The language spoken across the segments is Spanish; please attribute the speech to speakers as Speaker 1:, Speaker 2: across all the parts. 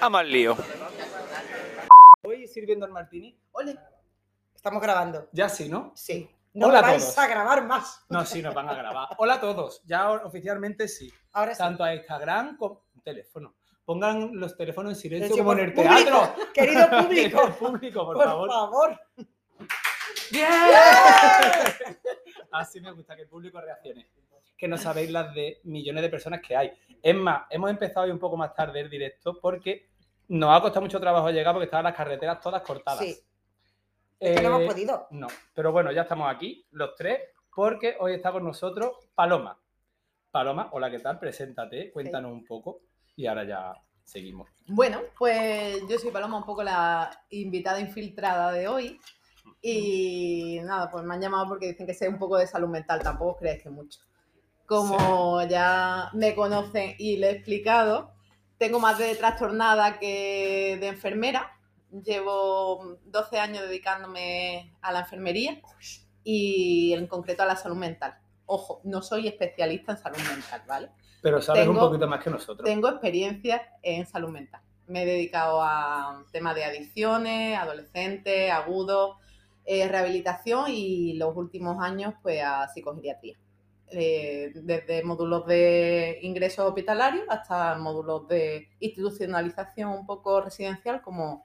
Speaker 1: a más lío.
Speaker 2: Voy sirviendo el martini.
Speaker 3: Ole. Estamos grabando.
Speaker 2: Ya sí, ¿no?
Speaker 3: Sí. No
Speaker 2: Hola a
Speaker 3: vais
Speaker 2: todos.
Speaker 3: a grabar más.
Speaker 2: No, sí, nos van a grabar. Hola a todos. Ya o- oficialmente sí.
Speaker 3: Ahora sí.
Speaker 2: Tanto a Instagram como teléfono. Pongan los teléfonos en silencio
Speaker 3: Silencio
Speaker 2: como en
Speaker 3: por-
Speaker 2: el
Speaker 3: público,
Speaker 2: teatro.
Speaker 3: Querido
Speaker 2: Querido
Speaker 3: público,
Speaker 2: público, por,
Speaker 3: por
Speaker 2: favor.
Speaker 3: favor.
Speaker 2: ¡Bien! Así me gusta que el público reaccione. Que no sabéis las de millones de personas que hay. Es más, hemos empezado hoy un poco más tarde el directo porque nos ha costado mucho trabajo llegar porque estaban las carreteras todas cortadas.
Speaker 3: Sí, que no
Speaker 2: Eh,
Speaker 3: hemos podido.
Speaker 2: No, pero bueno, ya estamos aquí, los tres, porque hoy está con nosotros Paloma. Paloma, hola, ¿qué tal? Preséntate, cuéntanos un poco y ahora ya seguimos.
Speaker 4: Bueno, pues yo soy Paloma, un poco la invitada infiltrada de hoy. Y nada, pues me han llamado porque dicen que sé un poco de salud mental, tampoco os creáis que mucho. Como ya me conocen y le he explicado, tengo más de trastornada que de enfermera. Llevo 12 años dedicándome a la enfermería y en concreto a la salud mental. Ojo, no soy especialista en salud mental, ¿vale?
Speaker 2: Pero sabes un
Speaker 4: Tengo-
Speaker 2: poquito más que nosotros.
Speaker 4: Tengo experiencia en salud mental. Me he dedicado a temas de adicciones, adolescentes, agudos, eh, rehabilitación y los últimos años pues a psicogeriatría. Eh, desde módulos de ingresos hospitalarios hasta módulos de institucionalización un poco residencial como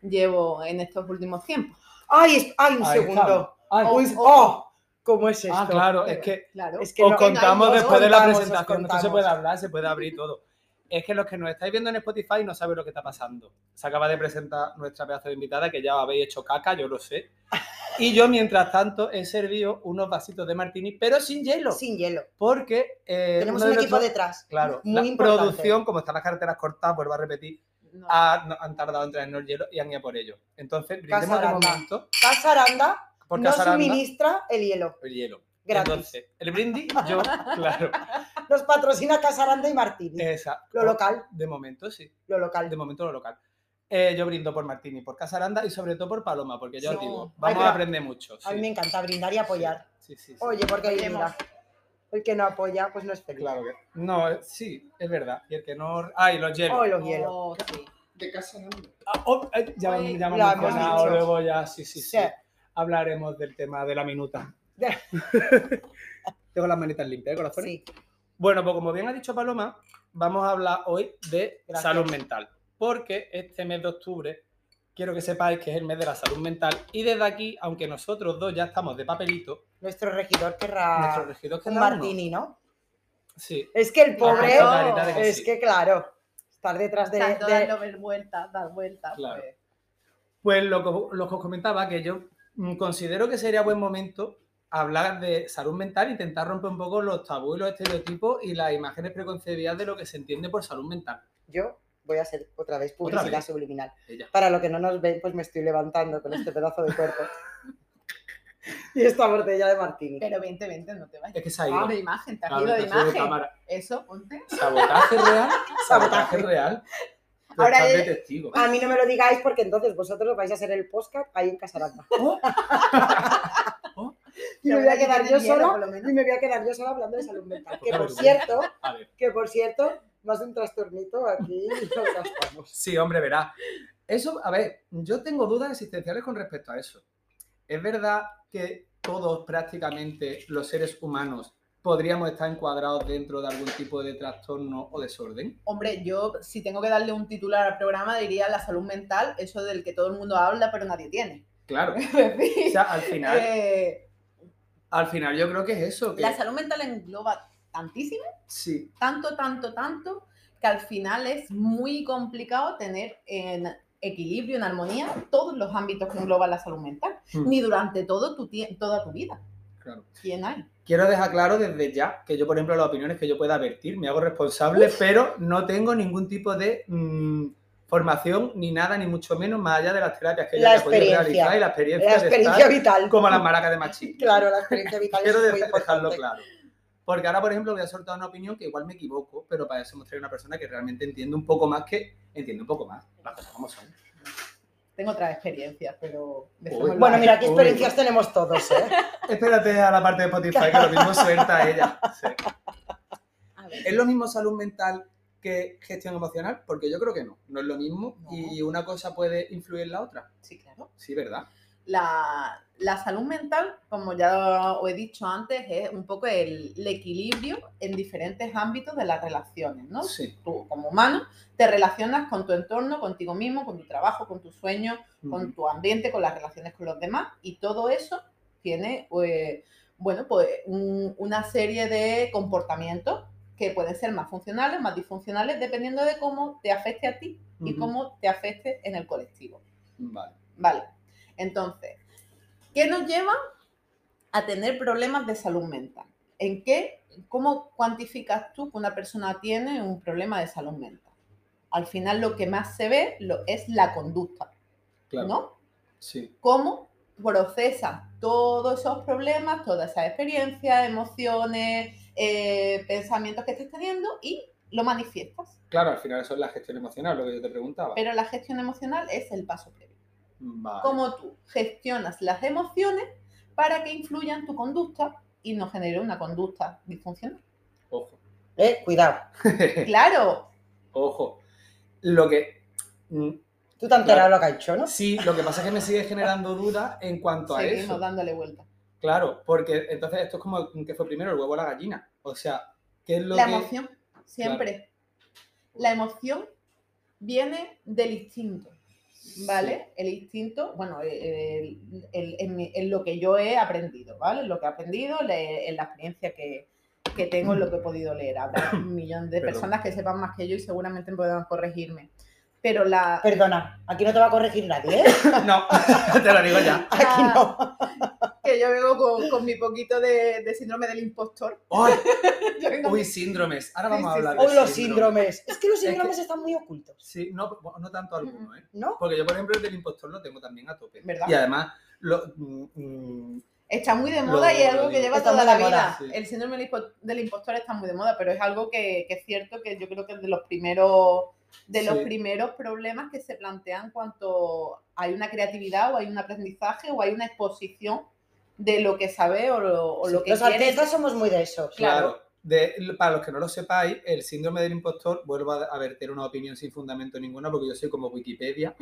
Speaker 4: llevo en estos últimos tiempos.
Speaker 3: Ay, es- ay,
Speaker 2: Ahí
Speaker 3: un
Speaker 2: estamos.
Speaker 3: segundo.
Speaker 2: Ay,
Speaker 4: Oh,
Speaker 3: Un-
Speaker 4: oh,
Speaker 3: oh, ¿cómo es esto?
Speaker 2: ah, claro, es que
Speaker 4: Claro.
Speaker 3: Es que
Speaker 2: os
Speaker 3: no-
Speaker 2: contamos
Speaker 3: os
Speaker 2: después de la
Speaker 3: contamos, os
Speaker 2: presentación, esto se
Speaker 3: contamos.
Speaker 2: puede hablar, se puede abrir todo. Es que los que nos estáis viendo en Spotify no sabéis lo que está pasando. Se acaba de presentar nuestra pedazo de invitada, que ya habéis hecho caca, yo lo sé. Y yo, mientras tanto, he servido unos vasitos de martini, pero sin hielo.
Speaker 3: Sin hielo.
Speaker 2: Porque eh,
Speaker 3: Tenemos
Speaker 2: uno
Speaker 3: un
Speaker 2: de
Speaker 3: equipo
Speaker 2: nuestros-
Speaker 3: detrás.
Speaker 2: Claro,
Speaker 3: muy
Speaker 2: la
Speaker 3: importante. Ah.
Speaker 2: producción, como están las carreteras cortadas, vuelvo a repetir,
Speaker 4: no-
Speaker 2: ha- no- han tardado en traernos el hielo y han ido por ello. Entonces, brindemos de
Speaker 3: Casaranda.
Speaker 2: momento
Speaker 3: Casa Aranda
Speaker 2: por
Speaker 3: no
Speaker 2: Casa Aranda
Speaker 3: suministra el hielo.
Speaker 2: el hielo.
Speaker 3: Gratis.
Speaker 2: Entonces, el brindis, yo, claro,
Speaker 3: Nos patrocina Casa Aranda y Martini.
Speaker 2: esa.
Speaker 3: Lo local,
Speaker 2: De momento, sí.
Speaker 3: lo local.
Speaker 2: De momento lo local. Eh, yo brindo por Martini, por Casaranda y sobre todo por Paloma, porque ya os
Speaker 3: Sí.
Speaker 2: digo,
Speaker 3: Ay,
Speaker 2: vamos
Speaker 3: pero-
Speaker 2: a aprender mucho.
Speaker 3: A mí me
Speaker 2: sí.
Speaker 3: encanta brindar y apoyar.
Speaker 2: Sí, sí, sí.
Speaker 3: Oye, porque oye,
Speaker 4: Apoyemos.
Speaker 3: mira, el que no apoya, pues no es feliz.
Speaker 2: Claro que. No, eh, sí, es verdad. Y el que no. Ay, los hielos.
Speaker 3: Oh, los hielos.
Speaker 4: Oh, sí.
Speaker 2: Ah, oh, eh, ya,
Speaker 4: Uy,
Speaker 2: ya me
Speaker 3: lo
Speaker 2: han
Speaker 3: hemos
Speaker 2: mencionado
Speaker 3: dicho.
Speaker 2: luego ya, sí, sí, sí.
Speaker 3: Sí.
Speaker 2: Hablaremos del tema de la minuta.
Speaker 3: Ya.
Speaker 2: Tengo las manitas limpias, ¿eh, corazón.
Speaker 3: Sí.
Speaker 2: Bueno, pues como bien ha dicho Paloma, vamos a hablar hoy de
Speaker 3: Gracias.
Speaker 2: salud mental. Porque este mes de octubre, quiero que sepáis que es el mes de la salud mental. Y desde aquí, aunque nosotros dos ya estamos de papelito,
Speaker 3: Nuestro regidor querrá
Speaker 2: nuestros regidores
Speaker 3: Ah, un
Speaker 2: quedan
Speaker 3: Martini, ¿no?
Speaker 2: Sí.
Speaker 3: Es que el pobre,
Speaker 4: Claro, clarita de
Speaker 2: que
Speaker 3: es
Speaker 2: sí.
Speaker 3: que claro, estar detrás de,
Speaker 4: Tanto
Speaker 3: de-
Speaker 4: darlo ver vuelta, dar vuelta.
Speaker 2: Claro.
Speaker 4: pues.
Speaker 2: Pues lo que, lo que os comentaba, que yo mm, considero que sería buen momento hablar de salud mental, intentar romper un poco los tabúes, los estereotipos y las imágenes preconcebidas de lo que se entiende por salud mental.
Speaker 3: yo voy a hacer otra vez publicidad
Speaker 2: vez.
Speaker 3: subliminal.
Speaker 2: Ella.
Speaker 3: Para lo que no nos ven, pues me estoy levantando con este pedazo de cuerpo. y esta botella de Martini.
Speaker 4: Pero 2020 no te vayas.
Speaker 2: Es que se ha ido.
Speaker 4: Ah, de imagen, te has
Speaker 2: Claro,
Speaker 4: ido de
Speaker 2: te ha sido de
Speaker 4: imagen.
Speaker 2: cámara.
Speaker 4: Eso, ponte.
Speaker 2: Sabotaje real, sabotaje
Speaker 3: Sabotaje.
Speaker 2: real. Tú
Speaker 4: Ahora
Speaker 2: estás de
Speaker 4: es- Ah,
Speaker 2: testigo.
Speaker 3: A mí no me lo digáis porque entonces vosotros vais a hacer el podcast ahí en Casaranda.
Speaker 2: Oh,
Speaker 3: Y me voy a
Speaker 4: Pero
Speaker 3: quedar
Speaker 4: tiene
Speaker 3: yo
Speaker 4: miedo,
Speaker 3: sola
Speaker 4: por lo menos.
Speaker 3: y me voy a quedar yo sola hablando de salud mental. Que
Speaker 2: Claro,
Speaker 3: por
Speaker 2: tú.
Speaker 3: cierto,
Speaker 2: a ver.
Speaker 3: que por cierto, más de un trastornito aquí lo gastamos.
Speaker 2: Sí, hombre, verá. Eso, a ver, yo tengo dudas existenciales con respecto a eso. ¿Es verdad que todos prácticamente los seres humanos podríamos estar encuadrados dentro de algún tipo de trastorno o desorden?
Speaker 4: Hombre, yo si tengo que darle un titular al programa diría la salud mental, eso del que todo el mundo habla pero nadie tiene.
Speaker 2: Claro. O
Speaker 4: En fin,
Speaker 2: sea, al final,
Speaker 4: eh,
Speaker 2: al final yo creo que es eso. Que,
Speaker 4: la salud mental engloba tantísimo,
Speaker 2: sí,
Speaker 4: tanto, tanto, tanto, que al final es muy complicado tener en equilibrio, en armonía, todos los ámbitos que engloba la salud mental,
Speaker 2: Hmm.
Speaker 4: ni durante todo tu tie- toda tu vida.
Speaker 2: claro.
Speaker 4: ¿Quién hay?
Speaker 2: Quiero dejar claro desde ya que yo, por ejemplo, las opiniones que yo pueda vertir me hago responsable, pero no tengo ningún tipo de mm, formación ni nada, ni mucho menos, más allá de las terapias que yo
Speaker 3: La
Speaker 2: haya podido
Speaker 3: experiencia.
Speaker 2: realizar y la experiencia,
Speaker 3: La experiencia
Speaker 2: Este de
Speaker 3: vital.
Speaker 2: estar como las maracas de machín.
Speaker 3: Claro, la experiencia vital
Speaker 2: Quiero
Speaker 3: es muy
Speaker 2: de- dejarlo
Speaker 3: importante.
Speaker 2: claro. Porque ahora, por ejemplo, voy a soltar una opinión que igual me equivoco, pero para eso mostraré una persona que realmente entiende un poco más que... Entiende un poco más. Las cosas como son.
Speaker 4: Tengo otras experiencias, pero... dejémoslo
Speaker 3: Bueno, mira, qué
Speaker 2: Uy.
Speaker 3: experiencias tenemos todos, ¿eh?
Speaker 2: Espérate a la parte de Spotify, que lo mismo suelta ella. Sí.
Speaker 4: ahí. A ver.
Speaker 2: ¿Es lo mismo salud mental que gestión emocional? Porque yo creo que no, no es lo mismo
Speaker 4: No.
Speaker 2: y una cosa puede influir en la otra.
Speaker 4: Sí, claro.
Speaker 2: Sí, ¿verdad?
Speaker 4: La, la salud mental, como ya os he dicho antes, es un poco el, el equilibrio en diferentes ámbitos de las relaciones, ¿no?
Speaker 2: Sí.
Speaker 4: Tú, como humano, te relacionas con tu entorno, contigo mismo, con tu trabajo, con tus sueños, con tu ambiente, con las relaciones con los demás, y todo eso tiene, eh, bueno, pues un- una serie de comportamientos que pueden ser más funcionales, más disfuncionales, dependiendo de cómo te afecte a ti y
Speaker 2: Ujú.
Speaker 4: cómo te afecte en el colectivo.
Speaker 2: Vale.
Speaker 4: Vale, entonces, ¿qué nos lleva a tener problemas de salud mental? ¿En qué, cómo cuantificas tú que una persona tiene un problema de salud mental? Al final lo que más se ve lo- es la conducta,
Speaker 2: Claro.
Speaker 4: ¿no?
Speaker 2: Sí.
Speaker 4: cómo procesas todos esos problemas, todas esas experiencias, emociones, eh, pensamientos que estés teniendo y lo manifiestas.
Speaker 2: Claro, al final eso es la gestión emocional, lo que yo te preguntaba.
Speaker 4: Pero la gestión emocional es el paso previo.
Speaker 2: Vale.
Speaker 4: Cómo tú gestionas las emociones para que influyan tu conducta y no genere una conducta disfuncional.
Speaker 2: Ojo.
Speaker 3: Eh, cuidado.
Speaker 4: Claro,
Speaker 2: Ojo. Lo que. mm,
Speaker 3: Tú te has enterado lo que ha hecho, ¿no?
Speaker 2: Sí, lo que pasa es que me sigue generando dudas en cuanto a
Speaker 4: seguimos
Speaker 2: eso.
Speaker 4: dándole vuelta.
Speaker 2: Claro, porque entonces esto es como que fue primero el huevo o la gallina. O sea, ¿qué es lo
Speaker 4: La
Speaker 2: que.
Speaker 4: emoción, siempre. La emoción viene del instinto, ¿vale? El instinto, bueno, el- el- en, mi- en lo que yo he aprendido, ¿vale? En lo que he aprendido, le- en la experiencia que, que tengo, en lo que he podido leer. Habrá un millón de
Speaker 2: Perdón.
Speaker 4: personas que sepan más que yo y seguramente podrán corregirme. Pero la,
Speaker 3: Perdona, aquí no te va a corregir nadie, ¿eh?
Speaker 2: No, te lo digo ya.
Speaker 3: Aquí no.
Speaker 4: que yo vengo con, con mi poquito de, de síndrome del impostor,
Speaker 2: ¡Ay!
Speaker 4: yo vengo
Speaker 2: Uy, síndromes. Ahora
Speaker 4: Sí,
Speaker 2: vamos a
Speaker 4: sí,
Speaker 2: hablar
Speaker 3: Hoy
Speaker 2: de
Speaker 3: los
Speaker 2: síndromes.
Speaker 3: síndromes. Es que los
Speaker 2: que-
Speaker 3: síndromes están muy ocultos,
Speaker 2: Sí, no, no tanto alguno, ¿eh?
Speaker 3: ¿no?
Speaker 2: Porque yo, por ejemplo, el del impostor lo tengo también a tope.
Speaker 4: ¿Verdad?
Speaker 2: Y además, lo, mm, mm,
Speaker 4: Está muy de
Speaker 2: Lo-
Speaker 4: moda y es
Speaker 2: lo
Speaker 4: algo que
Speaker 2: digo.
Speaker 4: lleva
Speaker 3: Está
Speaker 4: toda
Speaker 3: muy de
Speaker 4: la vida.
Speaker 3: moda,
Speaker 2: sí.
Speaker 4: El síndrome del impo- del impostor está muy de moda, pero es algo que, que es cierto que yo creo que es de los primeros de los
Speaker 2: Sí.
Speaker 4: primeros problemas que se plantean cuando hay una creatividad o hay un aprendizaje o hay una exposición de lo que sabe o lo, o lo
Speaker 3: Sí,
Speaker 4: que
Speaker 3: los
Speaker 4: quiere.
Speaker 3: artistas somos muy de esos.
Speaker 4: Claro.
Speaker 2: Claro. De- para los que no lo sepáis, el síndrome del impostor, vuelvo a, a verter una opinión sin fundamento ninguno, porque yo soy como Wikipedia.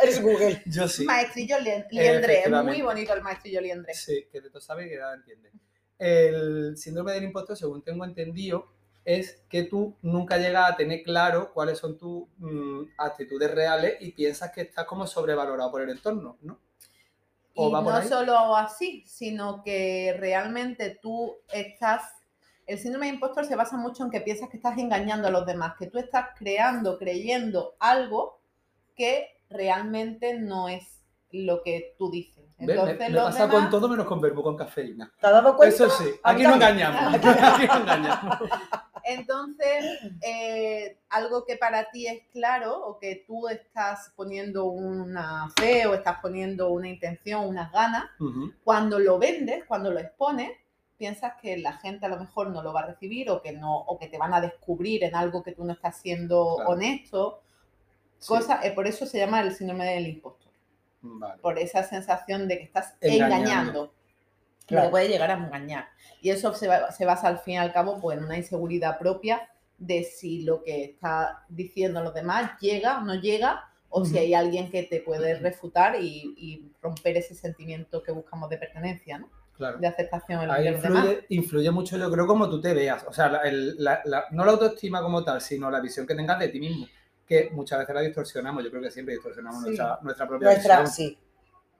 Speaker 3: Eres Google.
Speaker 2: Yo sí.
Speaker 4: Maestrillo
Speaker 3: Eh,
Speaker 4: Lien- Liendre, es muy
Speaker 2: Efectivamente.
Speaker 4: bonito el maestrillo Liendre.
Speaker 2: Sí, que de todo sabe y que nada entiende. El síndrome del impostor, según tengo entendido, es que tú nunca llegas a tener claro cuáles son tus mm, actitudes reales y piensas que estás como sobrevalorado por el entorno, ¿no?
Speaker 4: Y
Speaker 2: ¿O va por
Speaker 4: no
Speaker 2: ahí?
Speaker 4: solo así, sino que realmente tú estás. El síndrome de impostor se basa mucho en que piensas que estás engañando a los demás, que tú estás creando, creyendo algo que realmente no es lo que tú dices.
Speaker 2: Ve, me-
Speaker 4: Entonces,
Speaker 2: me,
Speaker 4: los
Speaker 2: pasa
Speaker 4: demás- Pues,
Speaker 2: con todo menos con verbo con cafeína.
Speaker 3: ¿Te has dado cuenta?
Speaker 2: Eso sí,
Speaker 3: A
Speaker 2: aquí
Speaker 3: mí
Speaker 2: no
Speaker 3: también.
Speaker 2: engañamos. Aquí no engañamos.
Speaker 4: Entonces, eh, algo que para ti es claro o que tú estás poniendo una fe o estás poniendo una intención, unas ganas,
Speaker 2: Ujú,
Speaker 4: cuando lo vendes, cuando lo expones, piensas que la gente a lo mejor no lo va a recibir o que no, o que te van a descubrir en algo que tú no estás siendo
Speaker 2: Claro.
Speaker 4: honesto.
Speaker 2: sí,
Speaker 4: Cosa, eh, por eso se llama el síndrome del impostor.
Speaker 2: vale.
Speaker 4: Por esa sensación de que estás
Speaker 2: Engañando.
Speaker 4: engañando. Lo que
Speaker 3: Claro.
Speaker 4: puede llegar a engañar. Y eso se, va- se basa al fin y al cabo pues, en una inseguridad propia de si lo que está diciendo los demás llega o no llega, o si
Speaker 2: Ujú.
Speaker 4: hay alguien que te puede refutar y, y romper ese sentimiento que buscamos de pertenencia, ¿no?
Speaker 2: Claro.
Speaker 4: de aceptación en los
Speaker 2: Ahí
Speaker 4: de los demás.
Speaker 2: influye, influye mucho, yo creo, como tú te veas. O sea, la- el- la- la- no la autoestima como tal, sino la visión que tengas de ti mismo. Que muchas veces la distorsionamos. Yo creo que siempre distorsionamos
Speaker 4: Sí.
Speaker 2: nuestra, nuestra propia
Speaker 3: Nuestra,
Speaker 2: visión.
Speaker 3: sí.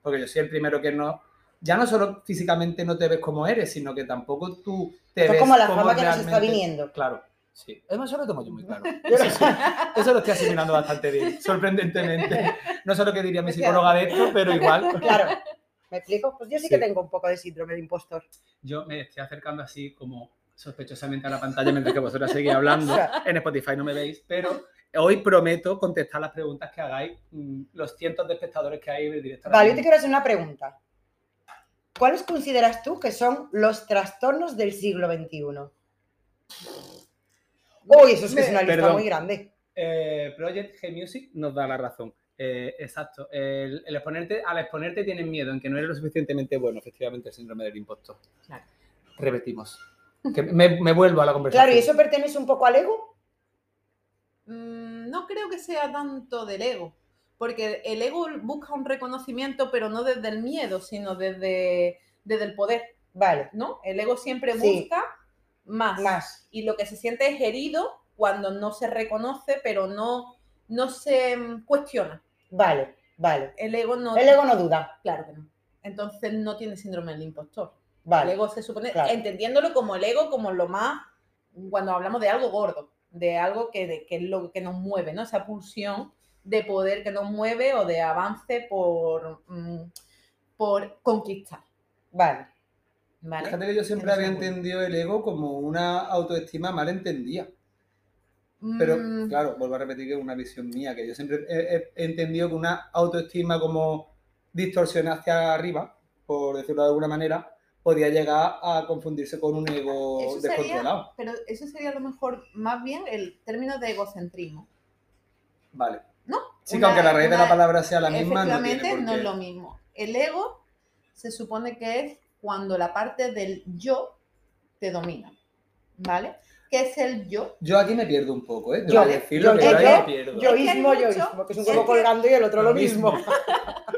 Speaker 2: Porque yo soy el primero que no. Ya no solo físicamente no te ves como eres, sino que tampoco tú te ves.
Speaker 3: Esto es como la
Speaker 2: como
Speaker 3: fama que nos está
Speaker 2: realmente-
Speaker 3: viniendo.
Speaker 2: Claro, sí. Además, eso lo tomo yo muy claro. Eso, sí. Eso lo estoy asimilando bastante bien, sorprendentemente. No sé lo que diría mi psicóloga de esto, pero igual.
Speaker 3: Claro. ¿Me explico? Pues yo sí,
Speaker 2: Sí.
Speaker 3: que tengo un poco de síndrome de impostor.
Speaker 2: Yo me estoy acercando así como sospechosamente a la pantalla mientras que vosotras seguís hablando. En Spotify no me veis, pero hoy prometo contestar las preguntas que hagáis mm, los cientos de espectadores que hay en el directo. ahora
Speaker 3: Vale, yo te
Speaker 2: mismo.
Speaker 3: quiero hacer una pregunta. ¿Cuáles consideras tú que son los trastornos del siglo XXI? Uy, eso es que es una lista
Speaker 2: Perdón.
Speaker 3: muy grande.
Speaker 2: Eh, Project G Music nos da la razón. Eh, exacto. El, el exponerte, al exponerte tienen miedo en que no eres lo suficientemente bueno, efectivamente, el síndrome del impostor.
Speaker 4: Claro.
Speaker 2: Repetimos. Que me, me vuelvo a la conversación.
Speaker 3: Claro, ¿y eso pertenece un poco al ego?
Speaker 4: mm, no creo que sea tanto del ego, porque el ego busca un reconocimiento, pero no desde el miedo, sino desde, desde el poder,
Speaker 3: Vale,
Speaker 4: ¿no? El ego siempre
Speaker 3: Sí.
Speaker 4: busca más.
Speaker 3: más.
Speaker 4: y lo que se siente es herido cuando no se reconoce, pero no, no se mm, cuestiona.
Speaker 3: Vale, vale.
Speaker 4: El ego no.
Speaker 3: El ego no duda.
Speaker 4: Claro que no. Entonces no tiene síndrome del impostor. El
Speaker 3: Vale,
Speaker 4: ego se supone,
Speaker 3: claro.
Speaker 4: entendiéndolo como el ego, como lo más, cuando hablamos de algo gordo, de algo que, de- que es lo que nos mueve, ¿no? Esa pulsión de poder que nos mueve o de avance por, mm, por conquistar,
Speaker 3: vale.
Speaker 4: ¿vale?
Speaker 2: Fíjate que yo siempre
Speaker 4: no
Speaker 2: había
Speaker 4: sea bueno.
Speaker 2: entendido el ego como una autoestima mal entendida. Pero,
Speaker 4: Mm,
Speaker 2: claro, vuelvo a repetir que es una visión mía, que yo siempre he, he- he entendido que una autoestima como distorsionada hacia arriba, por decirlo de alguna manera, podía llegar a confundirse con un ego
Speaker 4: Eso sería-
Speaker 2: descontrolado.
Speaker 4: pero eso sería a lo mejor más bien el término de egocentrismo.
Speaker 2: Vale.
Speaker 4: No,
Speaker 2: Sí, que
Speaker 4: una-
Speaker 2: aunque la raíz de la
Speaker 4: una-
Speaker 2: palabra sea la misma, no tiene
Speaker 4: Efectivamente,
Speaker 2: por
Speaker 4: no es
Speaker 2: qué.
Speaker 4: lo mismo. El ego se supone que es cuando la parte del yo te domina, ¿vale? ¿Qué es el yo?
Speaker 2: Yo aquí me pierdo un poco, ¿eh? Tengo
Speaker 3: Yo-
Speaker 2: que decirlo,
Speaker 3: yo-
Speaker 2: que yo,
Speaker 3: es
Speaker 2: ahí
Speaker 3: que-
Speaker 2: me pierdo.
Speaker 3: Yoísmo,
Speaker 4: Es que hay mucho- este
Speaker 3: yoísmo, que es un
Speaker 4: es
Speaker 3: huevo
Speaker 4: que-
Speaker 3: colgando y el otro lo mismo.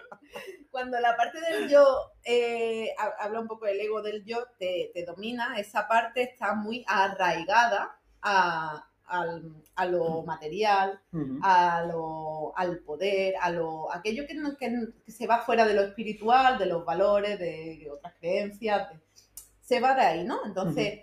Speaker 4: Cuando la parte del yo, eh, ha- habla un poco del ego del yo, te, te domina, esa parte está muy arraigada a, al- a
Speaker 2: Mm.
Speaker 4: lo material,
Speaker 2: Ujú.
Speaker 4: a lo- al poder, a lo, aquello que, no- que no- que se va fuera de lo espiritual, de los valores, de, de otras creencias, de- se va de ahí, ¿no? Entonces,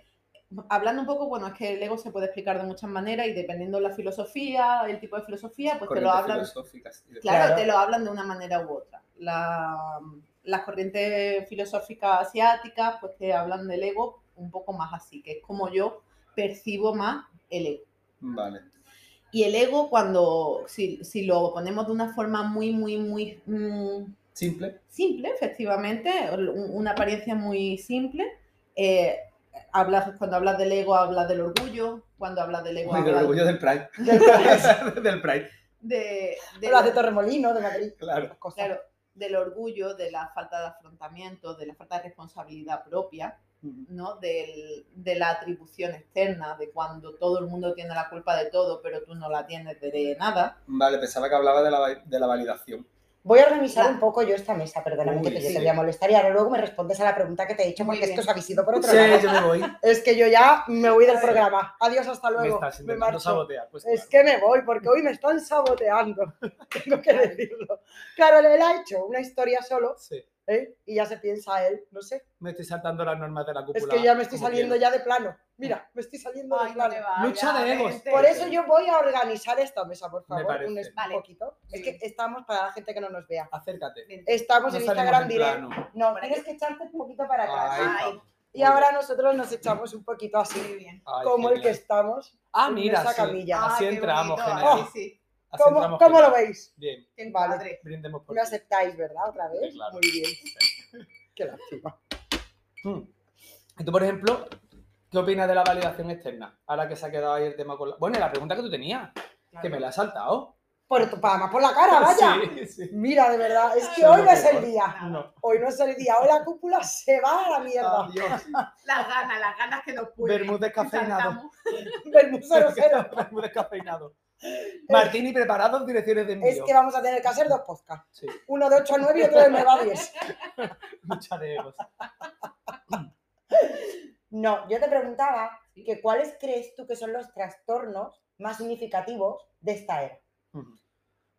Speaker 4: hablando un poco, bueno, es que el ego se puede explicar de muchas maneras y dependiendo la filosofía, el tipo de filosofía, pues te lo
Speaker 2: Corrientes
Speaker 4: hablan,
Speaker 2: filosóficas y de-
Speaker 4: claro,
Speaker 3: Claro.
Speaker 4: te lo hablan de una manera u otra. La- las corrientes filosóficas asiáticas, pues te hablan del ego un poco más así, que es como yo percibo más el ego.
Speaker 2: Vale.
Speaker 4: Y el ego, cuando, si, si lo ponemos de una forma muy, muy, muy mm,
Speaker 2: Simple.
Speaker 4: simple, efectivamente, un- una apariencia muy simple, eh, hablas, cuando hablas del ego hablas del orgullo, cuando hablas del ego
Speaker 2: Uy, del
Speaker 4: hablas
Speaker 2: orgullo del Pride.
Speaker 3: Del Pride.
Speaker 2: del Pride,
Speaker 4: de, de
Speaker 3: Lo hace
Speaker 4: la-
Speaker 3: Torremolino, de Madrid.
Speaker 2: claro.
Speaker 3: cosas.
Speaker 4: claro, del orgullo, de la falta de afrontamiento, de la falta de responsabilidad propia,
Speaker 2: Ujú.
Speaker 4: ¿no? Del- de la atribución externa, de cuando todo el mundo tiene la culpa de todo, pero tú no la tienes de nada.
Speaker 2: Vale, pensaba que hablaba de la, va- de la validación.
Speaker 3: Voy a organizar
Speaker 4: La-
Speaker 3: un poco yo esta mesa, perdóname
Speaker 2: Uy,
Speaker 3: que te- yo
Speaker 2: sí.
Speaker 3: te voy a molestar y ahora luego me respondes a la pregunta que te he hecho
Speaker 4: Muy
Speaker 3: porque
Speaker 4: bien.
Speaker 3: esto se ha sido por otro
Speaker 2: Sí,
Speaker 3: lado.
Speaker 2: yo me voy.
Speaker 3: Es que yo ya me voy del
Speaker 2: Sí.
Speaker 3: programa. Adiós, hasta luego.
Speaker 2: me estás
Speaker 3: Me
Speaker 2: intentando
Speaker 3: marcho.
Speaker 2: sabotear. Pues
Speaker 3: Es
Speaker 2: claro.
Speaker 3: que me voy porque hoy me están saboteando. Tengo que decirlo. Claro, él ha hecho una historia solo
Speaker 2: Sí,
Speaker 3: ¿eh? y ya se piensa él, no sé.
Speaker 2: me estoy saltando las normas de la
Speaker 3: Es
Speaker 2: cúpula.
Speaker 3: que ya me estoy
Speaker 2: como
Speaker 3: saliendo
Speaker 2: quiero.
Speaker 3: ya de plano. Mira, me estoy saliendo de plano.
Speaker 2: Lucha de egos.
Speaker 3: Por eso yo voy a organizar esta mesa, por favor, un
Speaker 2: parece.
Speaker 3: es-
Speaker 4: Vale.
Speaker 3: poquito. Es que
Speaker 4: Sí.
Speaker 3: estamos para la gente que no nos vea.
Speaker 2: Acércate.
Speaker 3: Estamos
Speaker 2: No
Speaker 3: en
Speaker 2: salimos
Speaker 3: Instagram
Speaker 2: en
Speaker 3: directo.
Speaker 2: plano.
Speaker 3: No,
Speaker 4: ¿Para
Speaker 3: tienes que echarte un poquito para atrás.
Speaker 2: Ahí
Speaker 4: Ay,
Speaker 2: estamos.
Speaker 3: y ahora nosotros nos echamos un poquito así,
Speaker 4: bien.
Speaker 2: Ay,
Speaker 3: como el que
Speaker 2: genial.
Speaker 3: estamos.
Speaker 2: Ah,
Speaker 3: en
Speaker 2: mira,
Speaker 3: esa
Speaker 2: sí.
Speaker 3: camilla.
Speaker 2: Así
Speaker 4: Ah, qué
Speaker 2: entramos,
Speaker 4: bonito,
Speaker 2: genial.
Speaker 4: así sí.
Speaker 2: Así
Speaker 3: Oh, ¿Cómo,
Speaker 2: entramos
Speaker 3: cómo
Speaker 2: genial.
Speaker 3: lo veis?
Speaker 2: Bien,
Speaker 4: Qué
Speaker 3: Vale.
Speaker 4: padre.
Speaker 2: brindemos por
Speaker 3: Me
Speaker 2: ti.
Speaker 3: aceptáis, ¿verdad? Otra vez.
Speaker 2: Sí, claro.
Speaker 3: Muy bien. Qué lástima.
Speaker 2: Mm. Y tú, por ejemplo, ¿qué opinas de la validación externa? Ahora que se ha quedado ahí el tema con la... Bueno, y la pregunta que tú tenías, que me la has saltado.
Speaker 3: Por tu palma, por la cara, vaya.
Speaker 2: Sí, sí.
Speaker 3: Mira, de verdad, es que
Speaker 2: Solo
Speaker 3: hoy no es
Speaker 2: por-
Speaker 3: el día.
Speaker 2: No.
Speaker 3: Hoy no es el día. Hoy la cúpula se va a
Speaker 2: Ah.
Speaker 3: la mierda.
Speaker 2: Adiós.
Speaker 4: Las ganas, las ganas que nos pueden.
Speaker 2: Bermud descafeinado.
Speaker 3: Vermú cero cero.
Speaker 2: Bermud descafeinado. Martini, preparados, direcciones de envío.
Speaker 3: Es que vamos a tener que hacer dos podcasts.
Speaker 2: Sí,
Speaker 3: Uno de 8 a 9 y otro de 9 a 10.
Speaker 2: lucha de egos.
Speaker 3: No, yo te preguntaba que cuáles crees tú que son los trastornos más significativos de esta era.
Speaker 2: Ujú.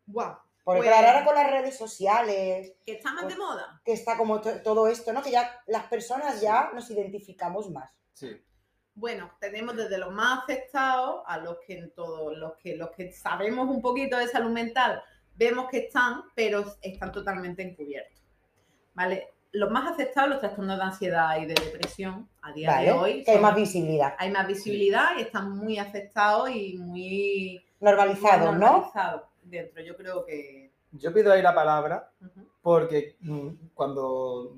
Speaker 4: Guau.
Speaker 3: Porque
Speaker 4: Pues-
Speaker 3: claro, ahora con las redes sociales,
Speaker 4: Que está más de moda.
Speaker 3: que está como to- todo esto, ¿no? Que ya las personas ya nos identificamos más.
Speaker 2: Sí.
Speaker 4: Bueno, tenemos desde los más afectados a los que en todo, los que los que sabemos un poquito de salud mental, vemos que están, pero están totalmente encubiertos. ¿Vale? Los más afectados los trastornos de ansiedad y de depresión a día
Speaker 3: ¿Vale?
Speaker 4: de hoy.
Speaker 3: que hay
Speaker 4: son-
Speaker 3: más visibilidad.
Speaker 4: hay más visibilidad y están muy afectados y muy
Speaker 3: Normalizado, ¿no?
Speaker 4: normalizado dentro. Yo creo que.
Speaker 2: Yo pido ahí la palabra
Speaker 4: ujú.
Speaker 2: porque mm, cuando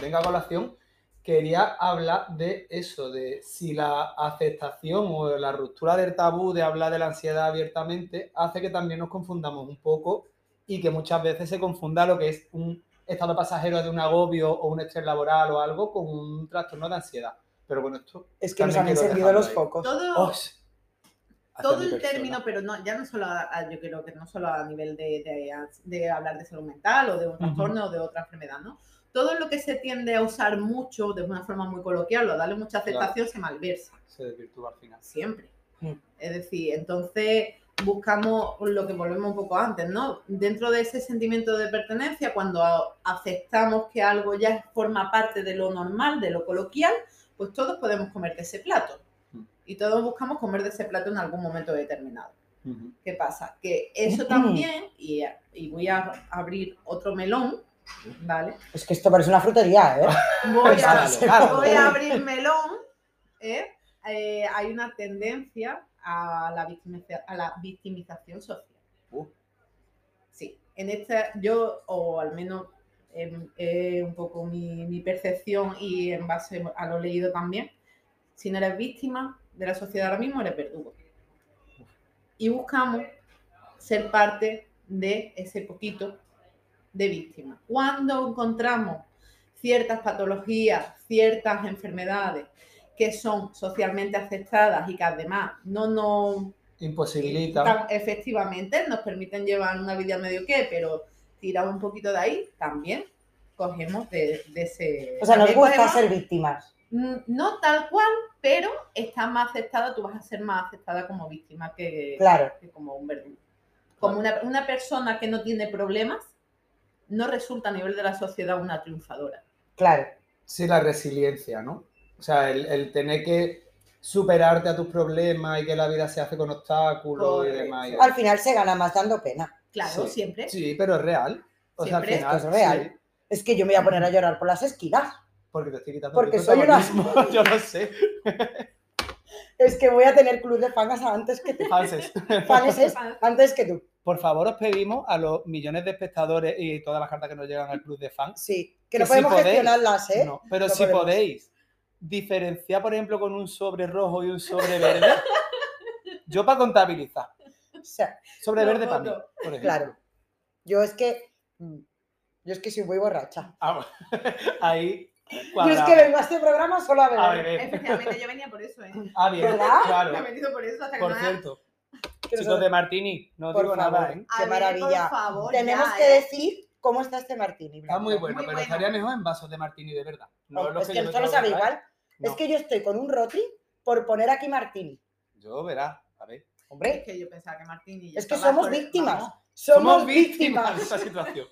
Speaker 2: venga a colación quería hablar de eso, de si la aceptación o la ruptura del tabú de hablar de la ansiedad abiertamente hace que también nos confundamos un poco y que muchas veces se confunda lo que es un estado pasajero de un agobio o un estrés laboral o algo con un trastorno de ansiedad. Pero bueno, esto...
Speaker 3: Es que nos han
Speaker 2: También quiero
Speaker 3: encendido los
Speaker 2: dejarlo
Speaker 3: focos.
Speaker 4: Todo,
Speaker 2: ¡Os!
Speaker 4: todo el término, pero no, ya no solo a, a- yo creo que no solo a nivel de, de, de hablar de salud mental o de un trastorno o de otra enfermedad, ¿no? Todo lo que se tiende a usar mucho de una forma muy coloquial o a darle mucha aceptación se malversa
Speaker 2: Se desvirtúa al final.
Speaker 4: siempre.
Speaker 3: Mm.
Speaker 4: Es decir, entonces buscamos lo que volvemos un poco antes, ¿no? Dentro de ese sentimiento de pertenencia, cuando a- aceptamos que algo ya forma parte de lo normal, de lo coloquial, pues todos podemos comer de ese plato.
Speaker 2: Mm.
Speaker 4: Y todos buscamos comer de ese plato en algún momento determinado.
Speaker 2: Ujú.
Speaker 4: ¿Qué pasa? Que eso también, y, y voy a abrir otro melón, ¿vale?
Speaker 3: Es que esto parece una frutería, ¿eh?
Speaker 4: Voy a,
Speaker 2: Páralo, páralo.
Speaker 4: voy a abrir melón. ¿eh? Eh, hay una tendencia a la, victimiza- a la victimización social.
Speaker 2: Uh.
Speaker 4: Sí, en esta yo, o al menos em, eh, un poco mi, mi percepción y en base a lo leído también, si no eres víctima de la sociedad ahora mismo, eres verdugo. Y buscamos ser parte de ese poquito de víctima. Cuando encontramos ciertas patologías, ciertas enfermedades que son socialmente aceptadas y que además no nos
Speaker 2: Imposibilita.
Speaker 4: tan- efectivamente nos permiten llevar una vida medio que, pero tirar un poquito de ahí también cogemos de, de ese.
Speaker 3: O sea, nos
Speaker 4: también
Speaker 3: gusta
Speaker 4: cogemos-
Speaker 3: ser víctimas.
Speaker 4: Mm, No tal cual, pero está más aceptada, tú vas a ser más aceptada como víctima que,
Speaker 3: Claro.
Speaker 4: que como un verdugo. Como una, una persona que no tiene problemas, no resulta a nivel de la sociedad una triunfadora.
Speaker 3: Claro.
Speaker 2: Sí, la resiliencia, ¿no? O sea, el, el tener que superarte a tus problemas y que la vida se hace con obstáculos y
Speaker 4: Correcto.
Speaker 2: demás. y-
Speaker 3: Al final se gana más dando pena.
Speaker 4: Claro,
Speaker 2: Sí.
Speaker 4: siempre.
Speaker 2: Sí, pero es real. O sea, al
Speaker 4: Siempre es
Speaker 2: final,
Speaker 3: que es real.
Speaker 2: sí,
Speaker 3: Es que yo me voy a poner a llorar por las esquinas.
Speaker 2: porque te estoy quitando
Speaker 3: Porque
Speaker 2: el
Speaker 3: soy una-
Speaker 2: protagonismo, Yo no sé.
Speaker 3: Es que voy a tener club de fans antes que tú.
Speaker 2: Haces.
Speaker 3: Fans es
Speaker 4: Ah,
Speaker 3: antes que tú.
Speaker 2: Por favor, os pedimos a los millones de espectadores y todas las cartas que nos llegan al club de fans.
Speaker 3: Sí. Que no
Speaker 2: Que sí
Speaker 3: podemos
Speaker 2: podéis.
Speaker 3: gestionarlas, ¿eh?
Speaker 2: No, pero
Speaker 3: Lo
Speaker 2: si
Speaker 3: podemos.
Speaker 2: podéis diferenciar, por ejemplo, con un sobre rojo y un sobre verde. yo para contabilizar.
Speaker 3: O sea,
Speaker 2: Sobre
Speaker 4: Lo
Speaker 2: verde para mí,
Speaker 4: voto.
Speaker 2: por ejemplo.
Speaker 3: claro. Yo es que. mm, Yo es que soy muy borracha.
Speaker 2: Ah, bueno. Ahí.
Speaker 3: Yo es
Speaker 2: cuadrado.
Speaker 3: que vengo a este programa solo a beber.
Speaker 2: A beber.
Speaker 4: Efectivamente, yo venía por eso, ¿eh?
Speaker 2: Ah, bien.
Speaker 3: ¿Verdad?
Speaker 4: Me he
Speaker 2: Claro.
Speaker 4: venido por eso hasta que
Speaker 2: Por
Speaker 4: no-
Speaker 2: cierto,
Speaker 3: Que nos-
Speaker 2: chicos de Martini, no
Speaker 3: Por
Speaker 2: digo nada,
Speaker 3: favor,
Speaker 2: ¿eh?
Speaker 4: A
Speaker 3: qué
Speaker 4: ver,
Speaker 3: maravilla.
Speaker 4: Por favor,
Speaker 3: Tenemos
Speaker 4: ya,
Speaker 3: que
Speaker 4: ¿eh?
Speaker 3: decir cómo está este martini.
Speaker 2: Está
Speaker 3: blanco.
Speaker 2: muy bueno,
Speaker 4: Muy
Speaker 2: pero
Speaker 4: bueno.
Speaker 2: estaría mejor en vasos de Martini, de verdad. No lo
Speaker 3: es
Speaker 2: que
Speaker 3: que
Speaker 2: yo me
Speaker 3: esto lo
Speaker 2: trago,
Speaker 3: sabe
Speaker 2: ¿verdad?
Speaker 3: igual.
Speaker 2: No.
Speaker 3: Es que yo estoy con un rotri por poner aquí martini.
Speaker 2: Yo verá, a ver.
Speaker 4: Es
Speaker 3: Hombre,
Speaker 4: que yo pensaba que Martín y yo
Speaker 3: es que
Speaker 4: estaba
Speaker 3: somos
Speaker 4: por-
Speaker 3: víctimas.
Speaker 4: Vamos.
Speaker 3: Somos, víctimas.
Speaker 2: de esta situación.